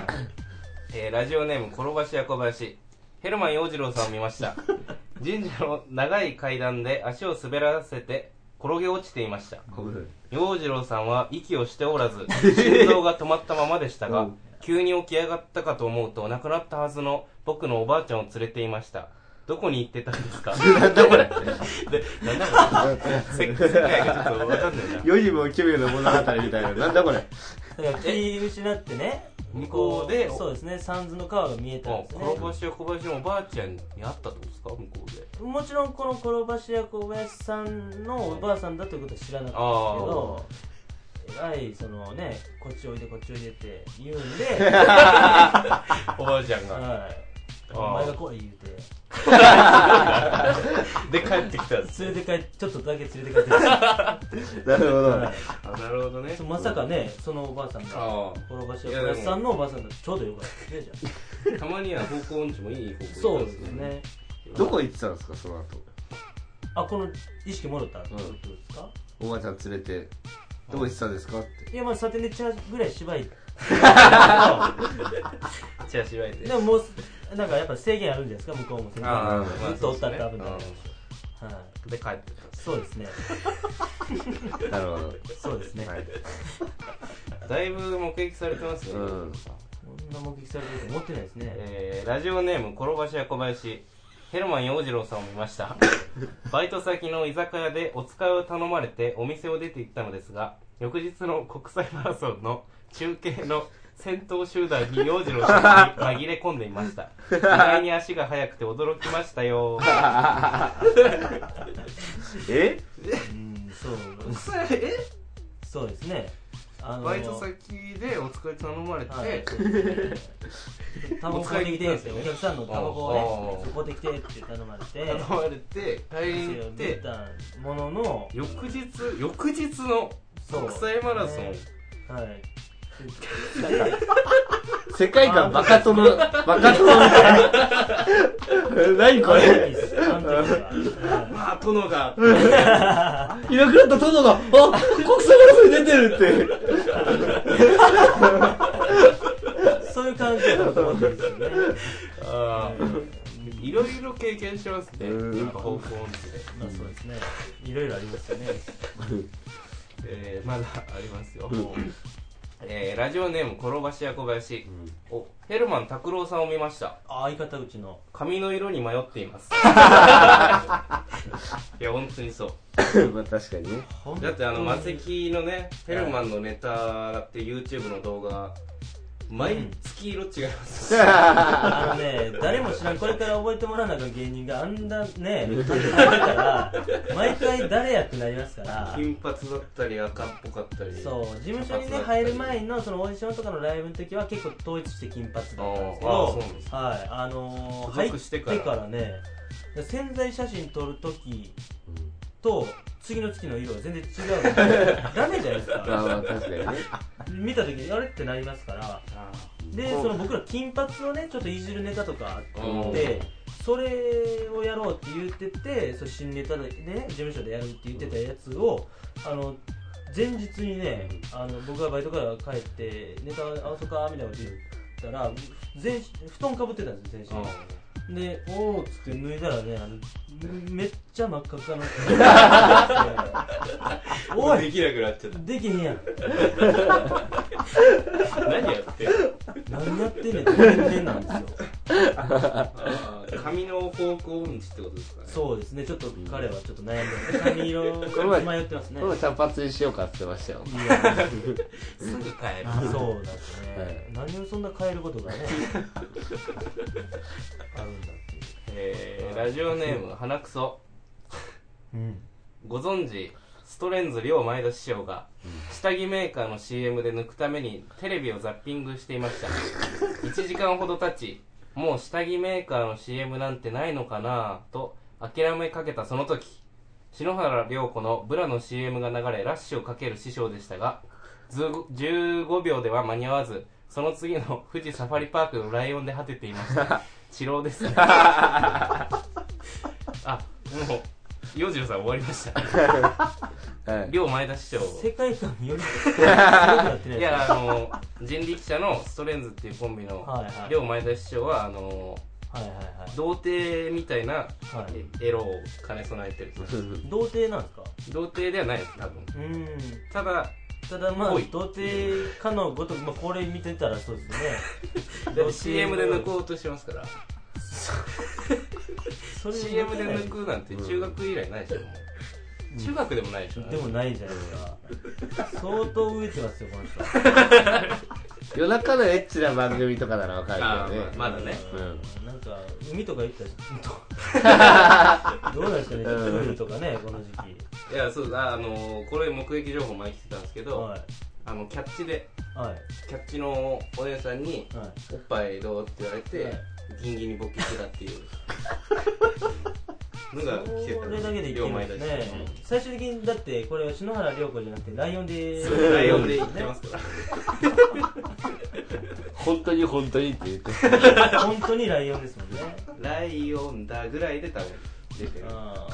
Speaker 4: えーラジオネーム転ばしや小林ヘルマン洋次郎さんを見ました神社の長い階段で足を滑らせて転げ落ちていました洋次郎さんは息をしておらず心臓が止まったままでしたが、急に起き上がったかと思うと亡くなったはずの僕のおばあちゃんを連れていましたどこに行ってたん ですかなんだこれなんだこれせ世界がちょっと分かんないな
Speaker 1: 世にも奇妙な物語みたいななんだこれ
Speaker 2: いだから気失ってね
Speaker 4: 向こうで
Speaker 2: そうですね三途の川が見えたん
Speaker 4: あ
Speaker 2: ですね
Speaker 4: 転ばしや小林のおばあちゃんに会ったってことですか向こうで
Speaker 2: もちろんこの転ばし屋小林さんのおばあさんだということは知らなかったんですけどえらいそのねこっちおいでこっちおいでって言うん で、
Speaker 4: おばあちゃんが
Speaker 2: はい、
Speaker 4: あ
Speaker 2: お前が来い言うて
Speaker 4: で帰ってきたんです
Speaker 2: 連れて帰ってちょっとだけ連れて帰ってきた
Speaker 1: なるほど
Speaker 4: あなるほどね
Speaker 2: そうまさかねそのおばあさんが
Speaker 4: あ
Speaker 2: 転ばし屋小林さんのおばあさんだとちょうどよかったですねじゃ
Speaker 4: あたまには方向音痴もいい方向
Speaker 2: あそうですね
Speaker 1: どこ行ってたんですかその後
Speaker 2: あこの意識戻ったってことですか、
Speaker 1: おばあちゃん連れてどこ行ってたんですかって
Speaker 2: いやまあサテネチャぐらい芝居
Speaker 4: チラシバイで
Speaker 2: でももうなんかやっぱ制限あるんじゃないですか向こうも
Speaker 4: あ
Speaker 2: ず
Speaker 4: あ
Speaker 2: っとおったら多分、
Speaker 4: まあそうですね
Speaker 2: はい、
Speaker 4: うんで帰ってきたんで
Speaker 2: そうですね
Speaker 1: なるほど
Speaker 2: そうですね、
Speaker 1: はい
Speaker 4: すだいぶ目撃されてますね、
Speaker 1: うん
Speaker 2: こんな目撃されてると思ってないですね、
Speaker 4: えーラジオネーム転ばしや小林ヘルマン洋次郎さんを見ました バイト先の居酒屋でお使いを頼まれてお店を出て行ったのですが翌日の国際マラソンの中継の先頭集団に洋次郎さんに紛れ込んでいました意外に足が速くて驚きまし たよ
Speaker 1: え
Speaker 2: うんそう
Speaker 4: え
Speaker 2: そうですねあの
Speaker 4: バイト先でお使い頼まれて、
Speaker 2: はいそうですねタバコ買ってきてって
Speaker 4: お
Speaker 2: お
Speaker 4: 疲れ様です
Speaker 2: 客さんのタバコを
Speaker 4: あ
Speaker 2: ね
Speaker 4: あ
Speaker 2: そこできてって頼まれて
Speaker 4: 頼まれて帰りに行っ
Speaker 2: 出
Speaker 4: て
Speaker 2: たものの
Speaker 4: 翌日翌日の
Speaker 2: そう
Speaker 4: 国際マラソン、
Speaker 2: ねはい
Speaker 1: 世界観バカ殿バカ殿みたいな何こ
Speaker 2: あ
Speaker 1: れ
Speaker 2: いいですあの時は
Speaker 4: まあ殿が
Speaker 1: いなくなった殿が、あ国際マラソンに出てるって。
Speaker 2: はいそういう感じだと思うんですよね
Speaker 4: あーいろいろ経験してますね。
Speaker 1: うん
Speaker 4: やっぱ方向音痴で。
Speaker 2: まあそうですねいろいろありますよね
Speaker 4: えーまだありますよ。えーラジオネーム転ばしや小林、おヘルマン拓郎さんを見ました
Speaker 2: あ相方うちの
Speaker 4: 髪の色に迷っています いや本当にそう
Speaker 1: まあ確かにね。
Speaker 2: ほん
Speaker 4: だってあのマセキのねヘルマンのネタって YouTube の動画毎月色違いますよ、
Speaker 2: あのね、誰も知らん、これから覚えてもらわなきゃ芸人があん なね、感じから、毎回誰やってなりますから、
Speaker 4: 金髪だったり赤っぽかったり
Speaker 2: そう、事務所にね、入る前のそのオーディションとかのライブの時は結構統一して金髪だったんですけ
Speaker 4: あーあーそ
Speaker 2: ど
Speaker 4: うなんです、
Speaker 2: はい、あのー、
Speaker 4: 所
Speaker 2: 入
Speaker 4: 属
Speaker 2: っ
Speaker 4: して
Speaker 2: て
Speaker 4: から
Speaker 2: からね、潜在写真撮る時と、次の月の色が全然違うの で、ダメじゃないです
Speaker 1: まあ
Speaker 2: か。
Speaker 1: まあ確かにね。
Speaker 2: 見た時に、あれってなりますから、
Speaker 4: あ
Speaker 2: でその僕ら金髪をねちょっといじるネタとかあっ
Speaker 4: う
Speaker 2: てそれをやろうって言っててそう新ネタでね事務所でやるって言ってたやつをあの前日にねあの僕がバイトから帰ってネタ合わせかみたいなこと言ったら全布団かぶってたんですよ全身でおおっつって脱いだらねあのめっちゃ真っ赤っかなっておい
Speaker 4: できなくなっちゃっ
Speaker 2: できへんやん
Speaker 4: た。何やってんの
Speaker 2: 何やってんねんって全然なんですよ
Speaker 4: あー髪の方向音痴ってことですかね。
Speaker 2: そうですねちょっと彼はちょっと悩んでます髪色
Speaker 1: 前
Speaker 2: 迷ってますね
Speaker 1: この前茶髪にしようかって言ってましたよ。
Speaker 4: すぐ帰る。
Speaker 2: そうだね、何をそんな変えること がねあるんだっていう
Speaker 4: えー、ラジオネーム、花くそ。
Speaker 2: うん
Speaker 4: ご存知、ストレンズ両前田師匠が、下着メーカーの CM で抜くためにテレビをザッピングしていました。1時間ほど経ち、もう下着メーカーの CM なんてないのかなぁと諦めかけたその時、篠原涼子のブラの CM が流れラッシュをかける師匠でしたが、ず15秒では間に合わず、その次の富士サファリパークのライオンで果てていました。治療ですね。あ、もう、洋次郎さん終わりま した。
Speaker 1: はい。
Speaker 4: 両前田師匠。
Speaker 2: 世界観により強くなってない
Speaker 4: いや、あの、人力車のストレンズっていうコンビの
Speaker 2: はいはい
Speaker 4: 両前田師匠は、あの、
Speaker 2: はいはいはい
Speaker 4: 童貞みたいな
Speaker 2: はい
Speaker 4: エロを兼ね備えてる。
Speaker 2: 童貞なんですか
Speaker 4: 童貞ではないです、多分。
Speaker 2: うーん
Speaker 4: ただ、
Speaker 2: ただまあ
Speaker 4: おい
Speaker 2: 童貞かのごとく、まあ、これ見てたらそう ですね
Speaker 4: だって CM で抜こうとしてますから。
Speaker 2: それ
Speaker 4: CM で
Speaker 2: 抜
Speaker 4: 抜くなんて中学以来ないでしょ、もう中学でもないでしょ、
Speaker 2: でもないじゃないですか相当飢えてますよこの人
Speaker 1: 夜中のエッチな番組とかならわか
Speaker 4: あ
Speaker 1: るけどね
Speaker 4: ー。まあまだね。
Speaker 2: うんなんか海とか行った らどうなんですかね、ちょっと海とかね、この時期。
Speaker 4: いや、そうだ、あの、これ目撃情報前に来てたんですけど、
Speaker 2: は
Speaker 4: あの、キャッチで、
Speaker 2: い。はい。
Speaker 4: キャッチのお姉さんに、
Speaker 2: はい。
Speaker 4: おっぱいどうって言われて、
Speaker 2: はい
Speaker 4: ギンギンに勃起して たっていうのが来てた
Speaker 2: これだけでいける
Speaker 4: 両
Speaker 2: ん
Speaker 4: 前
Speaker 2: で
Speaker 4: だ
Speaker 2: す
Speaker 4: し
Speaker 2: ね。最終的に、だって、これは篠原涼子じゃなくて、ライオンで。
Speaker 4: うんライオンで行ってますから
Speaker 1: 本当に本当にって言って。
Speaker 2: 本当にライオンですもんね。
Speaker 4: ライオンだぐらいで多分出てる
Speaker 2: あ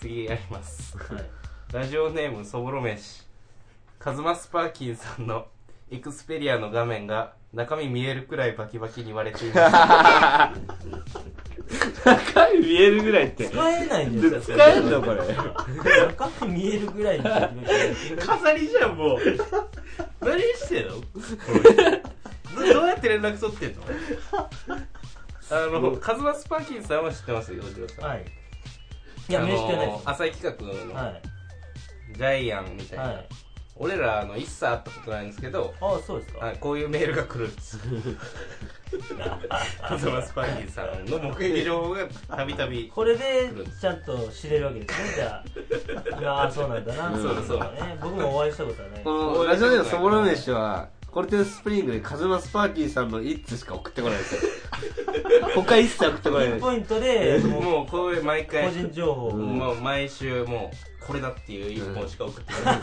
Speaker 4: 次やります
Speaker 2: あ。はい。
Speaker 4: ラジオネームそぼろ飯カズマスパーキンさんのエクスペリアの画面が中身見えるくらいバキバキに割れています
Speaker 1: 中身見えるぐらいって。
Speaker 2: 使えないんですよ。
Speaker 1: 使えんのこれ。
Speaker 2: 中身見えるぐらいにしてくれて
Speaker 4: 飾りじゃんも う何してんのどどうやって連絡取ってんのあのカズマスパーキンさんは知ってますよ洋次郎さん
Speaker 2: はい。いや、
Speaker 4: あの
Speaker 2: 名刺じゃないですよ。
Speaker 4: 浅井企画の、
Speaker 2: はい。
Speaker 4: ジャイアンみたいな、
Speaker 2: はい。
Speaker 4: 俺らあの一切会ったことないんですけど
Speaker 2: ああ、そうですか。
Speaker 4: あこういうメールが来る んですカズマスパーキーさんの目撃情報がたびたび
Speaker 2: これでちゃんと知れるわけですねじゃあああそうなんだな、
Speaker 1: うん
Speaker 4: そうだそうだ
Speaker 2: ね僕もお会いしたことはない
Speaker 1: このラジオでのそぼろ飯は、コルテススプリングでカズマスパーキーさんの一通しか送ってこないですよ。他一切送ってこないです。
Speaker 2: ポイントでもう
Speaker 4: もうこういう毎
Speaker 2: 個
Speaker 4: 回
Speaker 2: 人情報を、
Speaker 4: もう毎週もうこれだっていう一本しか送ってこない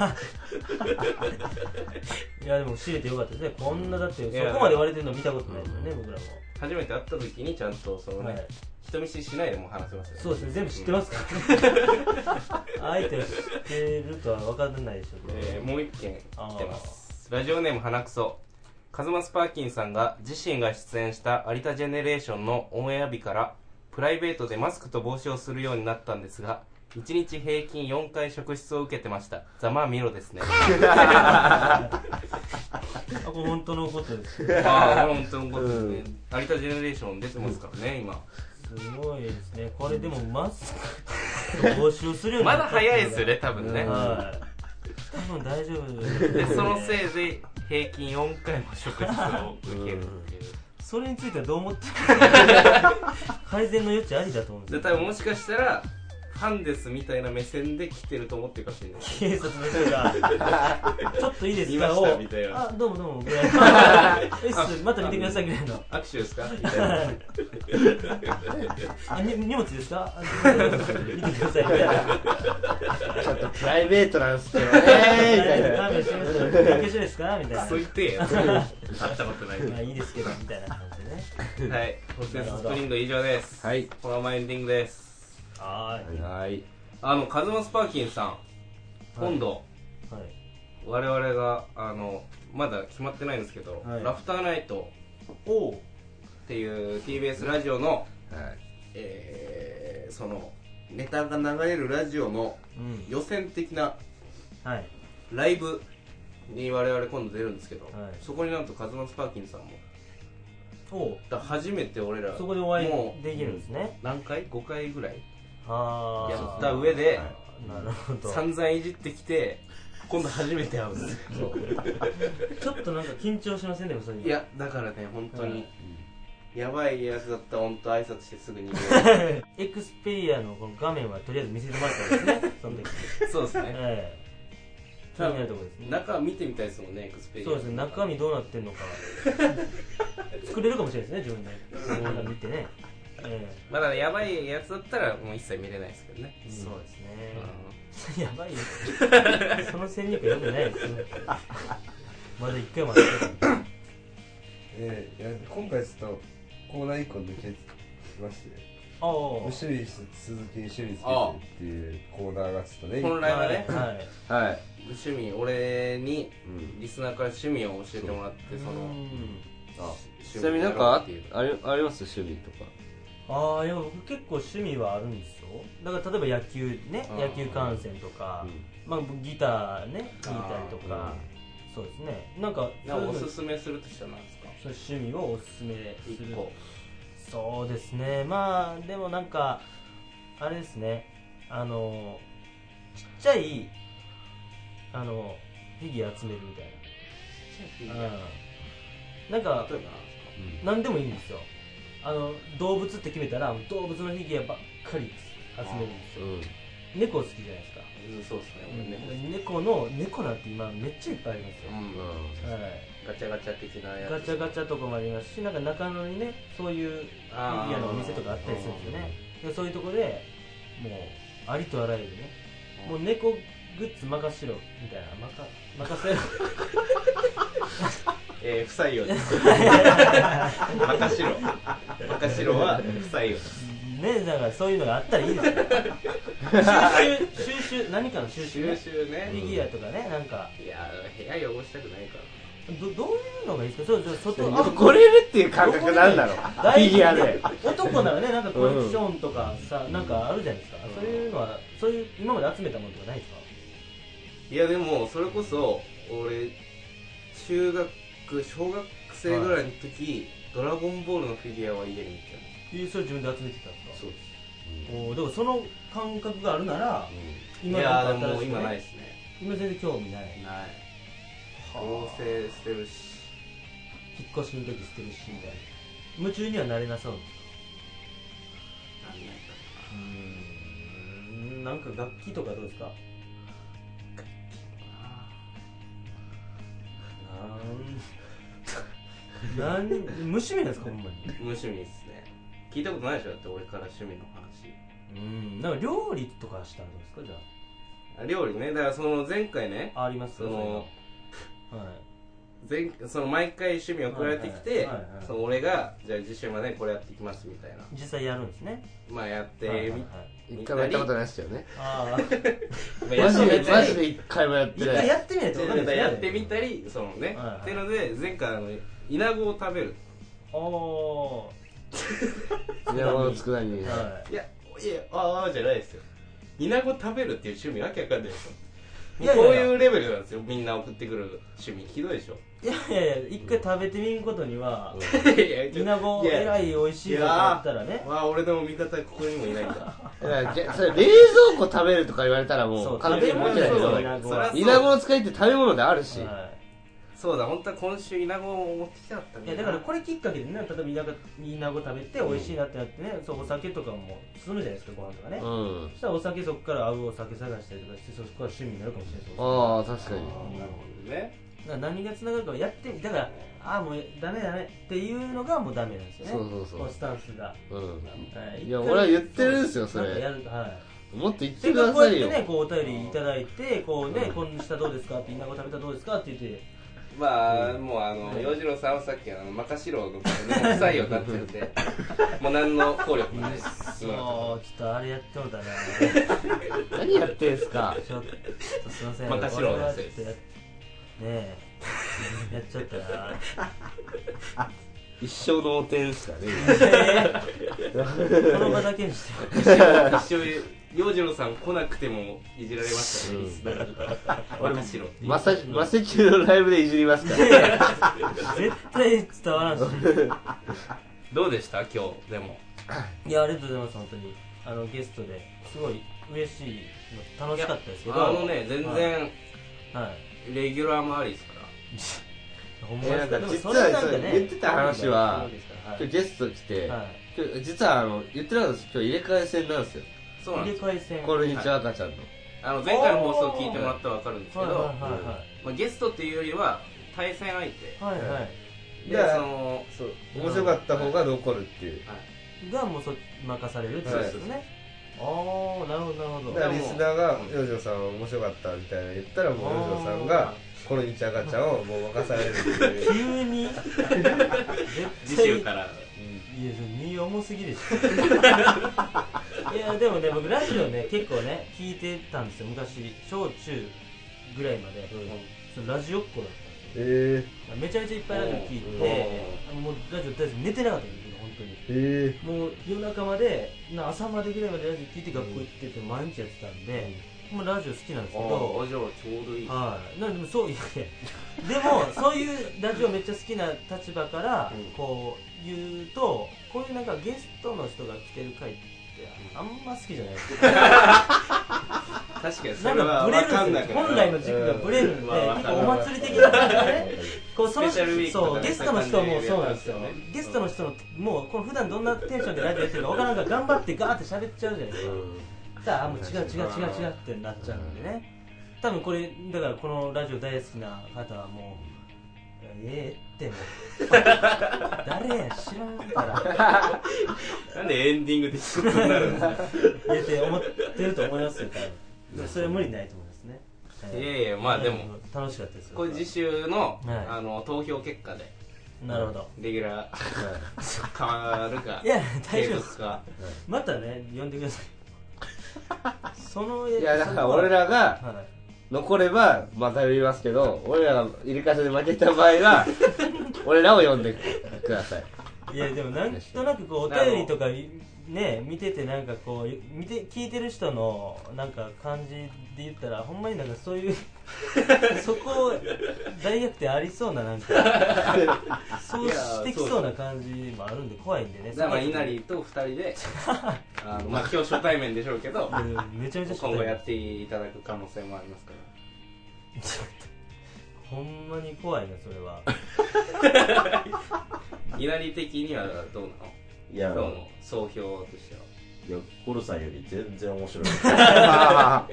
Speaker 2: いやでも知れてよかったですねこんなだって
Speaker 4: や
Speaker 2: そこまで割れてるの見たことないですよね、僕らも、
Speaker 4: 初めて会った時にちゃんとそのね、
Speaker 2: はい、
Speaker 4: 人見知りしないでもう話せますよね
Speaker 2: そうですね全部知ってますから、 相手は知ってるとは分からないでしょう
Speaker 4: え
Speaker 2: ね、
Speaker 4: ーもう一件来てますラジオネーム花くそカズマスパーキンさんが自身が出演した有田ジェネレーションのオンエア日からプライベートでマスクと帽子をするようになったんですが1日平均4回職質を受けてましたざまあみろで すね
Speaker 2: あこれ本当のことですよ
Speaker 4: ああ本当のことですね、有田ジェネレーション出てますからね今
Speaker 2: すごいですねこれでもマスクと帽子をするように
Speaker 4: ま
Speaker 2: なった
Speaker 4: だ
Speaker 2: ってうのが
Speaker 4: 早いですよね多分ね、
Speaker 2: はい多分大丈夫
Speaker 4: でそのせいで平均4回も職質を受けるっていう
Speaker 2: それについてはどう思ってる改善の余地ありだと思うん
Speaker 4: で
Speaker 2: です
Speaker 4: 多
Speaker 2: よ
Speaker 4: 分もしかしたらファンですみたいな目線で来てると思ってるかもしれない
Speaker 2: 警察の人が「ちょっといいですか?」を
Speaker 4: 見ましたみたい
Speaker 2: 「
Speaker 4: な
Speaker 2: あどうもどうも」ぐらいの「えっすまた見てください」ぐらいの
Speaker 4: 握手ですかみたいな
Speaker 2: 「あに荷物ですか?あ」見てください」みたいな
Speaker 1: ちょっとプライベートなんすけどね、み
Speaker 2: 「
Speaker 1: たいな。
Speaker 2: 勘弁してください」「関係者ですか?」みたいな
Speaker 4: そう言ってや会ったことない
Speaker 2: 「まあいいですけど」みたいな感じでね
Speaker 4: はいホテルスプリング以上です
Speaker 1: はい
Speaker 4: このままエンディングです
Speaker 2: はーい
Speaker 1: はい。
Speaker 4: あのカズマスパーキンさん今度、
Speaker 2: はい
Speaker 4: 我々があのまだ決まってないんですけど、
Speaker 2: はい
Speaker 4: ラフターナイト
Speaker 2: おう
Speaker 4: っていう TBS ラジオの、
Speaker 1: はい
Speaker 4: えーそのネタが流れるラジオの
Speaker 2: うん
Speaker 4: 予選的な
Speaker 2: はい
Speaker 4: ライブに我々今度出るんですけど、
Speaker 2: はい
Speaker 4: そこになんとカズマスパーキンさんも
Speaker 2: おう
Speaker 4: だから初めて俺ら
Speaker 2: そこでお会
Speaker 4: も
Speaker 2: いできるんですね
Speaker 4: う何回 ?5 回ぐらい
Speaker 2: ああ
Speaker 4: やった上で
Speaker 2: なるほど
Speaker 4: 散々いじってきて今度初めて会う んですよ
Speaker 2: ちょっとなんか緊張しませんでもそれ
Speaker 4: いやだからね本当
Speaker 2: は
Speaker 4: に
Speaker 2: い、
Speaker 4: やばいやつだった本当挨拶してすぐ逃げる
Speaker 2: エクスペリアのこの画面はとりあえず見せてもらったんですね その時
Speaker 4: そうですね
Speaker 2: ええ気になるところですね
Speaker 4: 中見てみたいですもんねエクスペリア
Speaker 2: そうですね中身どうなってんのか作れるかもしれないですね自分で中身見てねええ
Speaker 4: まだやばいやつだったらもう一切見れないですけどね、
Speaker 2: そうです
Speaker 4: うん
Speaker 2: ねやばいよその戦略よくないですよまだ一回もやって ない
Speaker 1: ええいや今回ちょっとコーナー1個抜けまして
Speaker 2: ああ
Speaker 1: 趣味して続きに趣味つけて
Speaker 4: ああ
Speaker 1: っていうコーナーがちょっとね
Speaker 4: 本来はね、
Speaker 2: はい
Speaker 1: はい、
Speaker 4: 趣味俺に
Speaker 1: うん、
Speaker 4: リスナーから趣味を教えてもらってその
Speaker 2: うん
Speaker 1: あ
Speaker 4: 趣
Speaker 1: ち
Speaker 4: 味
Speaker 1: なみになん
Speaker 4: やろう
Speaker 1: か
Speaker 4: っていう
Speaker 1: あありあります趣味とか
Speaker 2: ああいや僕結構趣味はあるんですよだから例えば野球ね
Speaker 4: あー
Speaker 2: 野球観戦とか、まあ、ギターね弾いたりとかそうですねなんか
Speaker 4: なんかおす
Speaker 2: そう
Speaker 4: すめするとしたらなんですか
Speaker 2: いう趣味をおすすめす
Speaker 4: 一
Speaker 2: る
Speaker 4: 個
Speaker 2: そうですねまあでもなんかあれですねあのちっちゃいあのフィギュア集めるみたい
Speaker 4: 例え
Speaker 2: な、うん、なんか
Speaker 4: ばなんです
Speaker 2: 何でもいいんですよあの動物って決めたら動物のフィギュアばっかり集めるんですよ猫好きじゃないですか
Speaker 4: かうんそうですね俺ね、
Speaker 2: 猫の猫なんて今めっちゃいっぱいありま
Speaker 4: う
Speaker 2: す
Speaker 4: ん
Speaker 2: よ、はい
Speaker 4: ガチャガチャ的なやつ
Speaker 2: ガチャガチャとかもありますしなんか中野にねそういうフィギュアのお店とかあったりするんですよねでそういうとこでもうありとあらゆるねもう猫グッズ任しろみたいな任任せろ
Speaker 4: えー、不採用です 赤白赤白は不採用です
Speaker 2: ねだからそういうのがあったらいいですよ収集収集何かの収集
Speaker 4: 収
Speaker 2: ね
Speaker 4: 集ね
Speaker 2: フィギュアとかねなんか
Speaker 4: いやー部屋汚したくないから
Speaker 2: どどういうのがいいですかそうそう外
Speaker 1: これるっていう感覚なんだろうフ
Speaker 2: 大
Speaker 1: ィギュアで
Speaker 2: 男ならねなんかコレクションとかさ、なんかあるじゃないですか、そういうのはそういう今まで集めたものとかないですか
Speaker 4: いやでもそれこそ俺中学小学生ぐらいの時、ドラゴンボールのフィギュアは家に見て
Speaker 2: 優勝自分で集めてたんですか
Speaker 4: う
Speaker 2: おーだからその感覚があるなら、
Speaker 4: いや
Speaker 2: なん
Speaker 4: ー
Speaker 2: か新
Speaker 4: で
Speaker 2: し
Speaker 4: も
Speaker 2: くね
Speaker 4: 今ないですね
Speaker 2: 今全然興味ない
Speaker 4: ない合成してるし
Speaker 2: 引っ越しの時捨てるしみたいな夢中にはなれなそうです
Speaker 4: 何やった
Speaker 2: うーんなんか楽器とかどうですかなんなん無趣味なんですかほんまに
Speaker 4: か無趣味ですね聞いたことないでしょだって俺から趣味の話
Speaker 2: うんなんか料理とかしたらどうですかじゃ
Speaker 4: あ料理ねだからその前回ね
Speaker 2: ああります
Speaker 4: その
Speaker 2: はい
Speaker 4: 前その毎回趣味送られてきて、
Speaker 2: はいはいはいはい
Speaker 4: その俺がじゃあ次週までこれやっていきますみたいな
Speaker 2: 実際やるんですね
Speaker 4: まあやってみ、
Speaker 2: はいはいはい
Speaker 1: 一回もやったことないっすよね
Speaker 2: ああ
Speaker 4: まあ
Speaker 1: マ
Speaker 4: やって
Speaker 1: ジ
Speaker 4: み
Speaker 1: で
Speaker 4: た
Speaker 1: マ
Speaker 4: り
Speaker 1: ジで一回もやって
Speaker 2: 一
Speaker 1: な
Speaker 2: 回
Speaker 1: い
Speaker 2: やってみないと分かんないですね
Speaker 4: やってみたりそのね、
Speaker 2: はいはい
Speaker 4: っていうので前回あのイナゴを食べる
Speaker 2: おお
Speaker 1: いやこの佃煮
Speaker 2: ーはい
Speaker 4: やいやああじゃないですよイナゴ食べるっていう趣味わけわかんないですよ
Speaker 2: いやい
Speaker 4: こう
Speaker 2: やいや
Speaker 4: いうレベルなんですよみんな送ってくる趣味ひどいでしょ
Speaker 2: いやいやいや一回食べてみることには、
Speaker 4: いや
Speaker 2: イナゴえらい美味しいのだったらね
Speaker 4: まあ俺の味方ここにもいないんだ
Speaker 1: いやげそれ冷蔵庫食べるとか言われたらも
Speaker 2: そう
Speaker 1: う完全に持ってない
Speaker 2: 食べ
Speaker 1: よ
Speaker 2: 物
Speaker 1: ね
Speaker 2: そう
Speaker 4: そりゃそう
Speaker 1: イナゴの使いって食べ物であるし、
Speaker 2: は
Speaker 4: そうだ本当は今週イナゴを持ってきたかったん
Speaker 2: い、いやだからこれきっかけでね例えばイナゴイナゴ食べて美味しいなってなってね、そうお酒とかも進むじゃないですかご飯とかね、
Speaker 1: うん
Speaker 2: そしたらお酒そこから合うお酒探したりとかしてそこから趣味になるかもしれないです
Speaker 1: ああ確かに
Speaker 4: なるほどね
Speaker 2: だから何がつながるかをやってみだからああもうダメダメっていうのがもうダメなんですよね
Speaker 1: そうそうそう
Speaker 2: このスタンスが、
Speaker 1: うん
Speaker 2: はい
Speaker 1: や俺は言ってるんですよそれ
Speaker 2: なんかやるはい
Speaker 1: もっと言っ
Speaker 2: せ
Speaker 1: て
Speaker 2: っ
Speaker 1: く
Speaker 2: かく
Speaker 1: だ
Speaker 2: こう
Speaker 1: さ
Speaker 2: やっ
Speaker 1: い
Speaker 2: て
Speaker 1: よ
Speaker 2: ねこうお便りいただいてこうねこんな下どうですかってイナゴ食べたらどうですかって言って
Speaker 4: まあ、もうあの、洋次郎さんはさっきあの、真シロの場合ね、不採用になってる んで、もう何の効力もないです。
Speaker 2: そう、ちょっとあれやってもうたね。
Speaker 1: 何やってんすか
Speaker 2: ちょっとすいません。
Speaker 10: また白
Speaker 2: 俺
Speaker 10: の
Speaker 2: は
Speaker 10: せい
Speaker 2: ちょっとやねえ。やっちゃったな。
Speaker 1: 一生の汚点ですかね
Speaker 2: この場だけにしてよ
Speaker 4: 一緒に、洋次郎さん来なくてもいじられました ね、リスナーが真シロ。
Speaker 1: マサマセキュのライブでいじりますから
Speaker 2: 絶対伝わらんし。
Speaker 4: どうでした今日、でも。
Speaker 2: いや、ありがとうございます、本当に。あの、ゲストで。すごい嬉しいの。楽しかったですけど。
Speaker 4: あのね、全然、
Speaker 2: はい。
Speaker 4: レギュラーもありですから。
Speaker 2: ほんま
Speaker 1: いやなんか
Speaker 2: でも
Speaker 1: 実
Speaker 2: そ
Speaker 1: は
Speaker 2: れなんか
Speaker 1: そ
Speaker 2: ね
Speaker 1: う言ってた話は
Speaker 2: そうですから
Speaker 1: 今
Speaker 2: は
Speaker 1: 日
Speaker 2: い
Speaker 1: ゲスト来て、
Speaker 2: は
Speaker 1: 今日実はあの言ってなかったんです今日入れ替え戦なんですよ
Speaker 4: そうなん
Speaker 2: い入
Speaker 4: で
Speaker 2: れ
Speaker 4: す。
Speaker 2: 替え戦
Speaker 1: こんにちは赤ちゃんの
Speaker 4: あの、前回の放送聞いてもらったらわかるんですけ
Speaker 2: はい
Speaker 4: ど、
Speaker 2: は
Speaker 4: まあ、ゲストっていうよりは、対戦相手。
Speaker 2: いはいはいはいは
Speaker 4: で、その、
Speaker 1: そう面白かった方が残るっていう
Speaker 2: いがもうそ任されるってことですよねああなるほどなるほ
Speaker 1: だ
Speaker 2: ど
Speaker 1: からリスナーが「洋次郎さんは面白かった」みたいなの言ったらもう洋次郎さんが「この日赤ちゃん」をもう任されるっていう
Speaker 2: 急に
Speaker 4: 次
Speaker 2: 絶対
Speaker 4: 週から。
Speaker 2: いやそれ荷重すぎでしょ いやでもね僕ラジオね結構ね聞いてたんですよ昔小中ぐらいまで、そのラジオっ子だったんですよ
Speaker 1: え
Speaker 2: めちゃめちゃいっぱいラジオ聞いて、もうラジオ大好き寝てなかったんだけど本
Speaker 1: ー、え
Speaker 2: 当にもう夜中までな朝までぐらいまでラジオ聞いて学校行ってて毎日やってたんで、もうラジオ好きなんですけど
Speaker 4: あ、じゃあちょうどいい。
Speaker 2: はい、なんでもそういやいやで もそういうラジオめっちゃ好きな立場からこう言うとこういうなんかゲストの人が来てる回ってあんま好きじゃないです
Speaker 4: 確かに そ
Speaker 2: なん
Speaker 4: れは
Speaker 2: かブレ
Speaker 4: 分
Speaker 2: る
Speaker 4: かん
Speaker 2: ん
Speaker 4: な
Speaker 2: です
Speaker 4: く
Speaker 2: よ
Speaker 4: なる
Speaker 2: 本来の軸がブレるんで、
Speaker 4: うんまあわ
Speaker 2: 結
Speaker 4: か
Speaker 2: 構
Speaker 4: る
Speaker 2: お祭り的な感じでねこうその
Speaker 4: スペシャルウィークと
Speaker 2: そ
Speaker 4: か
Speaker 2: う
Speaker 4: ね
Speaker 2: ゲストの人もそうなんですよ、
Speaker 4: そういう感じでやりますよね
Speaker 2: ゲストの人のもうこの普段どんなテンションでラジオやってるかわからんから頑張ってガーって喋っちゃうじゃないですか、さあもう違う違う違う違うってなっちゃうんでね、多分これだからこのラジオ大好きな方はもうええってもう 誰や知らんから
Speaker 4: なんでエンディングで仕事になるんですか
Speaker 2: 言って思ってると思いますよ多分それは無理ないと思いますね
Speaker 4: いやいやまあでも
Speaker 2: 楽しかったですよ
Speaker 4: これ次週の,、
Speaker 2: はい
Speaker 4: あの投票結果で
Speaker 2: なるほど
Speaker 4: レギュラー変わるか
Speaker 2: いや大
Speaker 4: 継
Speaker 2: 丈夫で
Speaker 4: 続
Speaker 2: す
Speaker 4: か
Speaker 2: またね呼んでくださいその
Speaker 1: ー、いやだから俺らが残ればまた呼びますけど俺らが入れ替え戦で負けた場合 は俺らを呼んでください
Speaker 2: いやでもなんとなくこうお便りとかね見ててなんかこう見て聞いてる人のなんか感じで言ったらほんまになんかそういうそこ大逆転ありそうななんかそうしてきそうな感じもあるんで怖いんでね
Speaker 4: だから
Speaker 2: その
Speaker 4: 稲荷と二人 であの、まあ、今日初対面でしょうけど
Speaker 2: いやめちゃめちゃ
Speaker 4: 今後やっていただく可能性もありますから
Speaker 2: ちょっとほんまに怖いねそれは
Speaker 4: 稲荷的にはどうなの
Speaker 7: いや
Speaker 4: 今日の総評としてはい
Speaker 7: やコロさんより全然面白 い
Speaker 4: あ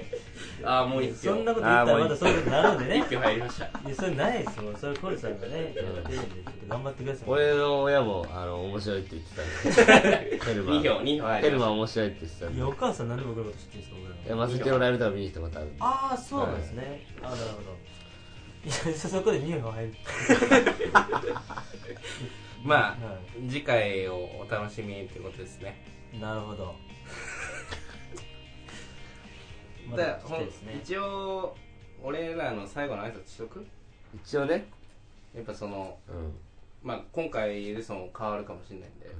Speaker 4: あもう一
Speaker 2: そ
Speaker 4: 票
Speaker 2: んなこと言ったらまたそういうことになるんでね
Speaker 4: 一票入りました
Speaker 2: いやそれないですもんそれコルさんがねやってるんでちょっと頑張ってください
Speaker 1: 俺の親もあの面白いって言ってたんで
Speaker 4: 二票二票入
Speaker 1: ヘ
Speaker 4: り
Speaker 1: ル
Speaker 4: ま
Speaker 1: マ
Speaker 4: し
Speaker 1: 面白いって言ってたん
Speaker 2: い
Speaker 1: で
Speaker 2: やお母さんなんで僕のこと知ってるんですか
Speaker 1: い
Speaker 2: 僕
Speaker 1: や
Speaker 2: ら
Speaker 1: マスケのライブとか見に行ったことあるんで
Speaker 2: ああそうなんですね、あなるほどいやそこで2分入る
Speaker 4: たまあ
Speaker 2: は
Speaker 4: 次回をお楽しみってことですね
Speaker 2: いなるほど ま
Speaker 4: だ
Speaker 2: だ来
Speaker 4: ほ
Speaker 2: て
Speaker 4: ん
Speaker 2: ですね
Speaker 4: 一応俺らの最後の挨拶しとく
Speaker 1: 一応ね
Speaker 4: やっぱその
Speaker 1: うん
Speaker 4: まあ今回でその変わるかもしれない んで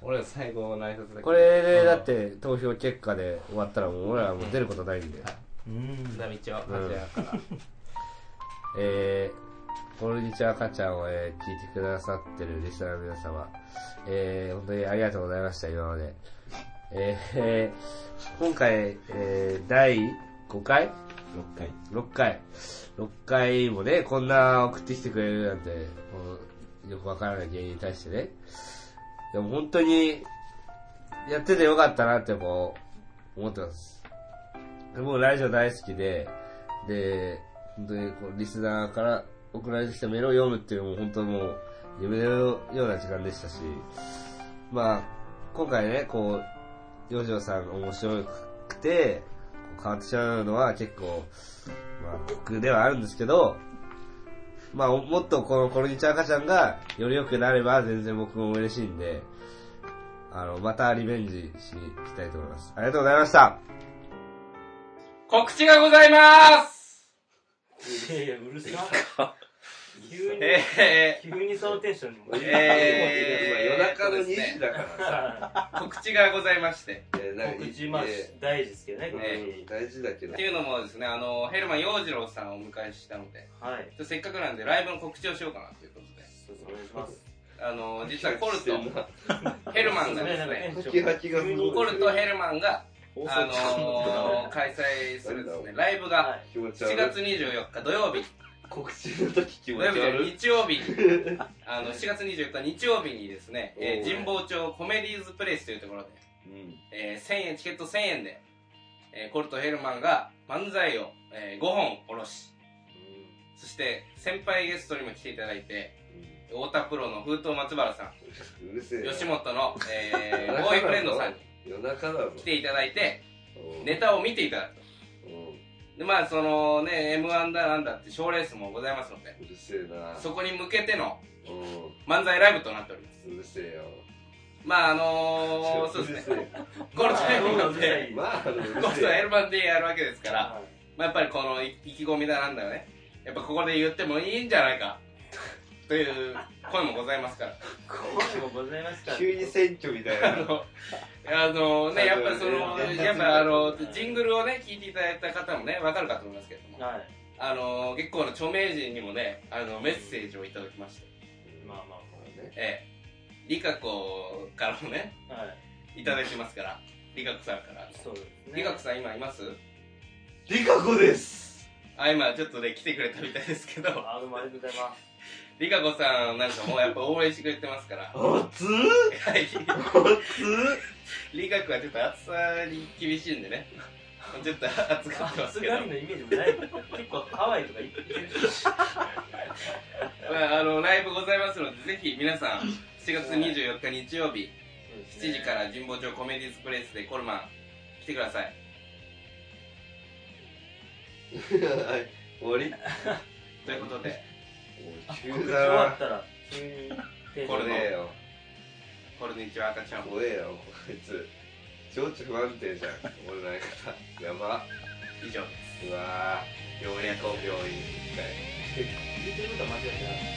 Speaker 4: 俺ら最後の挨拶だけ
Speaker 1: これでだって投票結果で終わったらもう俺らはもう出ることないんで、
Speaker 2: うーん
Speaker 4: 津波町八谷から、
Speaker 1: えー、こんにちは赤ちゃんを、えー聞いてくださってるリスナーの皆様、えー、本当にありがとうございました、今まで。えーえー今回、えー第5回
Speaker 7: 6回
Speaker 1: ?6 回。6回もね、こんな送ってきてくれるなんて、こうよくわからない芸人に対してね。でも本当に、やっててよかったなってもう、思ってます。もうラジオ大好きで、で、本当にこうリスナーから送られてきたメールを読むっていうのも本当もう夢のような時間でしたし、まあ、今回ね、こう、洋次郎さんが面白くて、こう変わってしまうのは結構、まあ、僕ではあるんですけど、まあ、おもっとこのコロニチャ赤ちゃんがより良くなれば全然僕も嬉しいんで、あの、またリベンジしに行きたいと思います。ありがとうございました。
Speaker 4: 告知がございます
Speaker 2: いやいや、うるさ。急に、
Speaker 4: え
Speaker 2: 急にそのテンションにも
Speaker 4: ー、。えー、
Speaker 1: 夜中の2
Speaker 4: そうです
Speaker 1: 時
Speaker 4: ね
Speaker 1: だからさ。
Speaker 4: 告知がございまして。
Speaker 1: えーなんか
Speaker 2: 告知、まあ
Speaker 1: いえ、
Speaker 2: 大事ですけどね、これ
Speaker 1: うん大事だけど
Speaker 4: って。いうのもですね、あの、ヘルマン洋次郎さんをお迎えしたので、
Speaker 2: はい
Speaker 4: ちょ。っとせっかくなんでライブの告知をしようかなということで。
Speaker 2: そうそうお願いします。
Speaker 4: あの、実は コルとヘルマンがですね、
Speaker 2: そう
Speaker 1: ハキハキがすごい
Speaker 4: コルとヘルマンが、
Speaker 11: 放
Speaker 4: あのー、開催するですね、ライブが
Speaker 2: は
Speaker 1: 気持ち悪い。
Speaker 4: 7月24日土曜日、
Speaker 1: 告知の時気
Speaker 4: 土
Speaker 1: 持
Speaker 4: 曜
Speaker 1: ち
Speaker 4: 日じゃない
Speaker 1: 悪い。
Speaker 4: 日曜日に、 あの、7月24日日曜日にですね、えー神保町コメディーズプレイスというところで、えー1000円、チケット1000円で、えーコルト・ヘルマンが漫才を、え5本おろし、そして先輩ゲストにも来ていただいて、太田プロの封筒松原さん、
Speaker 1: うるせえな。
Speaker 4: 吉本の、えーボーイフレンドさんに
Speaker 1: 夜中だぞ。
Speaker 4: 来ていただいて、
Speaker 1: うん
Speaker 4: ネタを見ていただく。
Speaker 1: うん
Speaker 4: で、まあ、そのね、M1 だなんだって賞レースもございますので、
Speaker 1: うるせえな。
Speaker 4: そこに向けての
Speaker 1: う
Speaker 4: 漫才ライブとなっております。
Speaker 1: ん。うるせえよ。
Speaker 4: まあ、あのー、そうですね、コルト・ヘルマンで、
Speaker 1: ね。まあ、うる
Speaker 4: コル
Speaker 1: せ
Speaker 4: ト・ヘ
Speaker 1: え。
Speaker 4: ルマンでやるわけですから、
Speaker 2: はい
Speaker 4: まあ、やっぱりこの意気込みだなんだよねやっぱここで言ってもいいんじゃないか という声もございますから
Speaker 2: 今もございました。
Speaker 1: 急に選挙みたいな。
Speaker 4: あのあのねやっぱりそのやっぱあのジングルをね聞いていただいた方もねわかるかと思いますけれども
Speaker 2: はい。
Speaker 4: あの結構の著名人にもねあのメッセージをいただきまして
Speaker 2: まあま
Speaker 4: ええリカ子からもね
Speaker 2: あまあ。はい。
Speaker 4: いただいてますからリカ子さんから
Speaker 2: そうですね。
Speaker 4: リカ子さん今います
Speaker 1: リカ子です
Speaker 4: あ今ちょっとね来てくれたみたいですけど
Speaker 2: あどうもありがとうございま
Speaker 4: リカ子さんなんかもうやっぱ応援してくれてますから
Speaker 1: 熱っ
Speaker 4: はい
Speaker 1: 熱っ
Speaker 4: 理学はちょっと暑さに厳しいんでねちょっと暑
Speaker 2: す。
Speaker 4: かってますけど
Speaker 2: あ、すがりのイメージもない。結構ハワイとか行ってるし。。
Speaker 4: まあ、あのライブございますのでぜひ皆さん7月24日日曜日7時からら神保町コメディーズプレイスでコルマン来てください
Speaker 1: はい、終わり
Speaker 4: ということで
Speaker 1: 急
Speaker 2: 告知終
Speaker 1: だ
Speaker 2: わ
Speaker 1: な
Speaker 2: っ。たら、急にテンショ
Speaker 4: こ
Speaker 2: ン
Speaker 4: れ
Speaker 1: 怖
Speaker 4: ね
Speaker 1: えよ。
Speaker 4: コルニチは赤ちゃん
Speaker 1: 怖えよ、こいつ。情緒不安定じゃん。俺の相方。やば。
Speaker 4: 以上
Speaker 1: うわぁ。病院行こう、病院。一回。
Speaker 2: 言ってることは間違いない。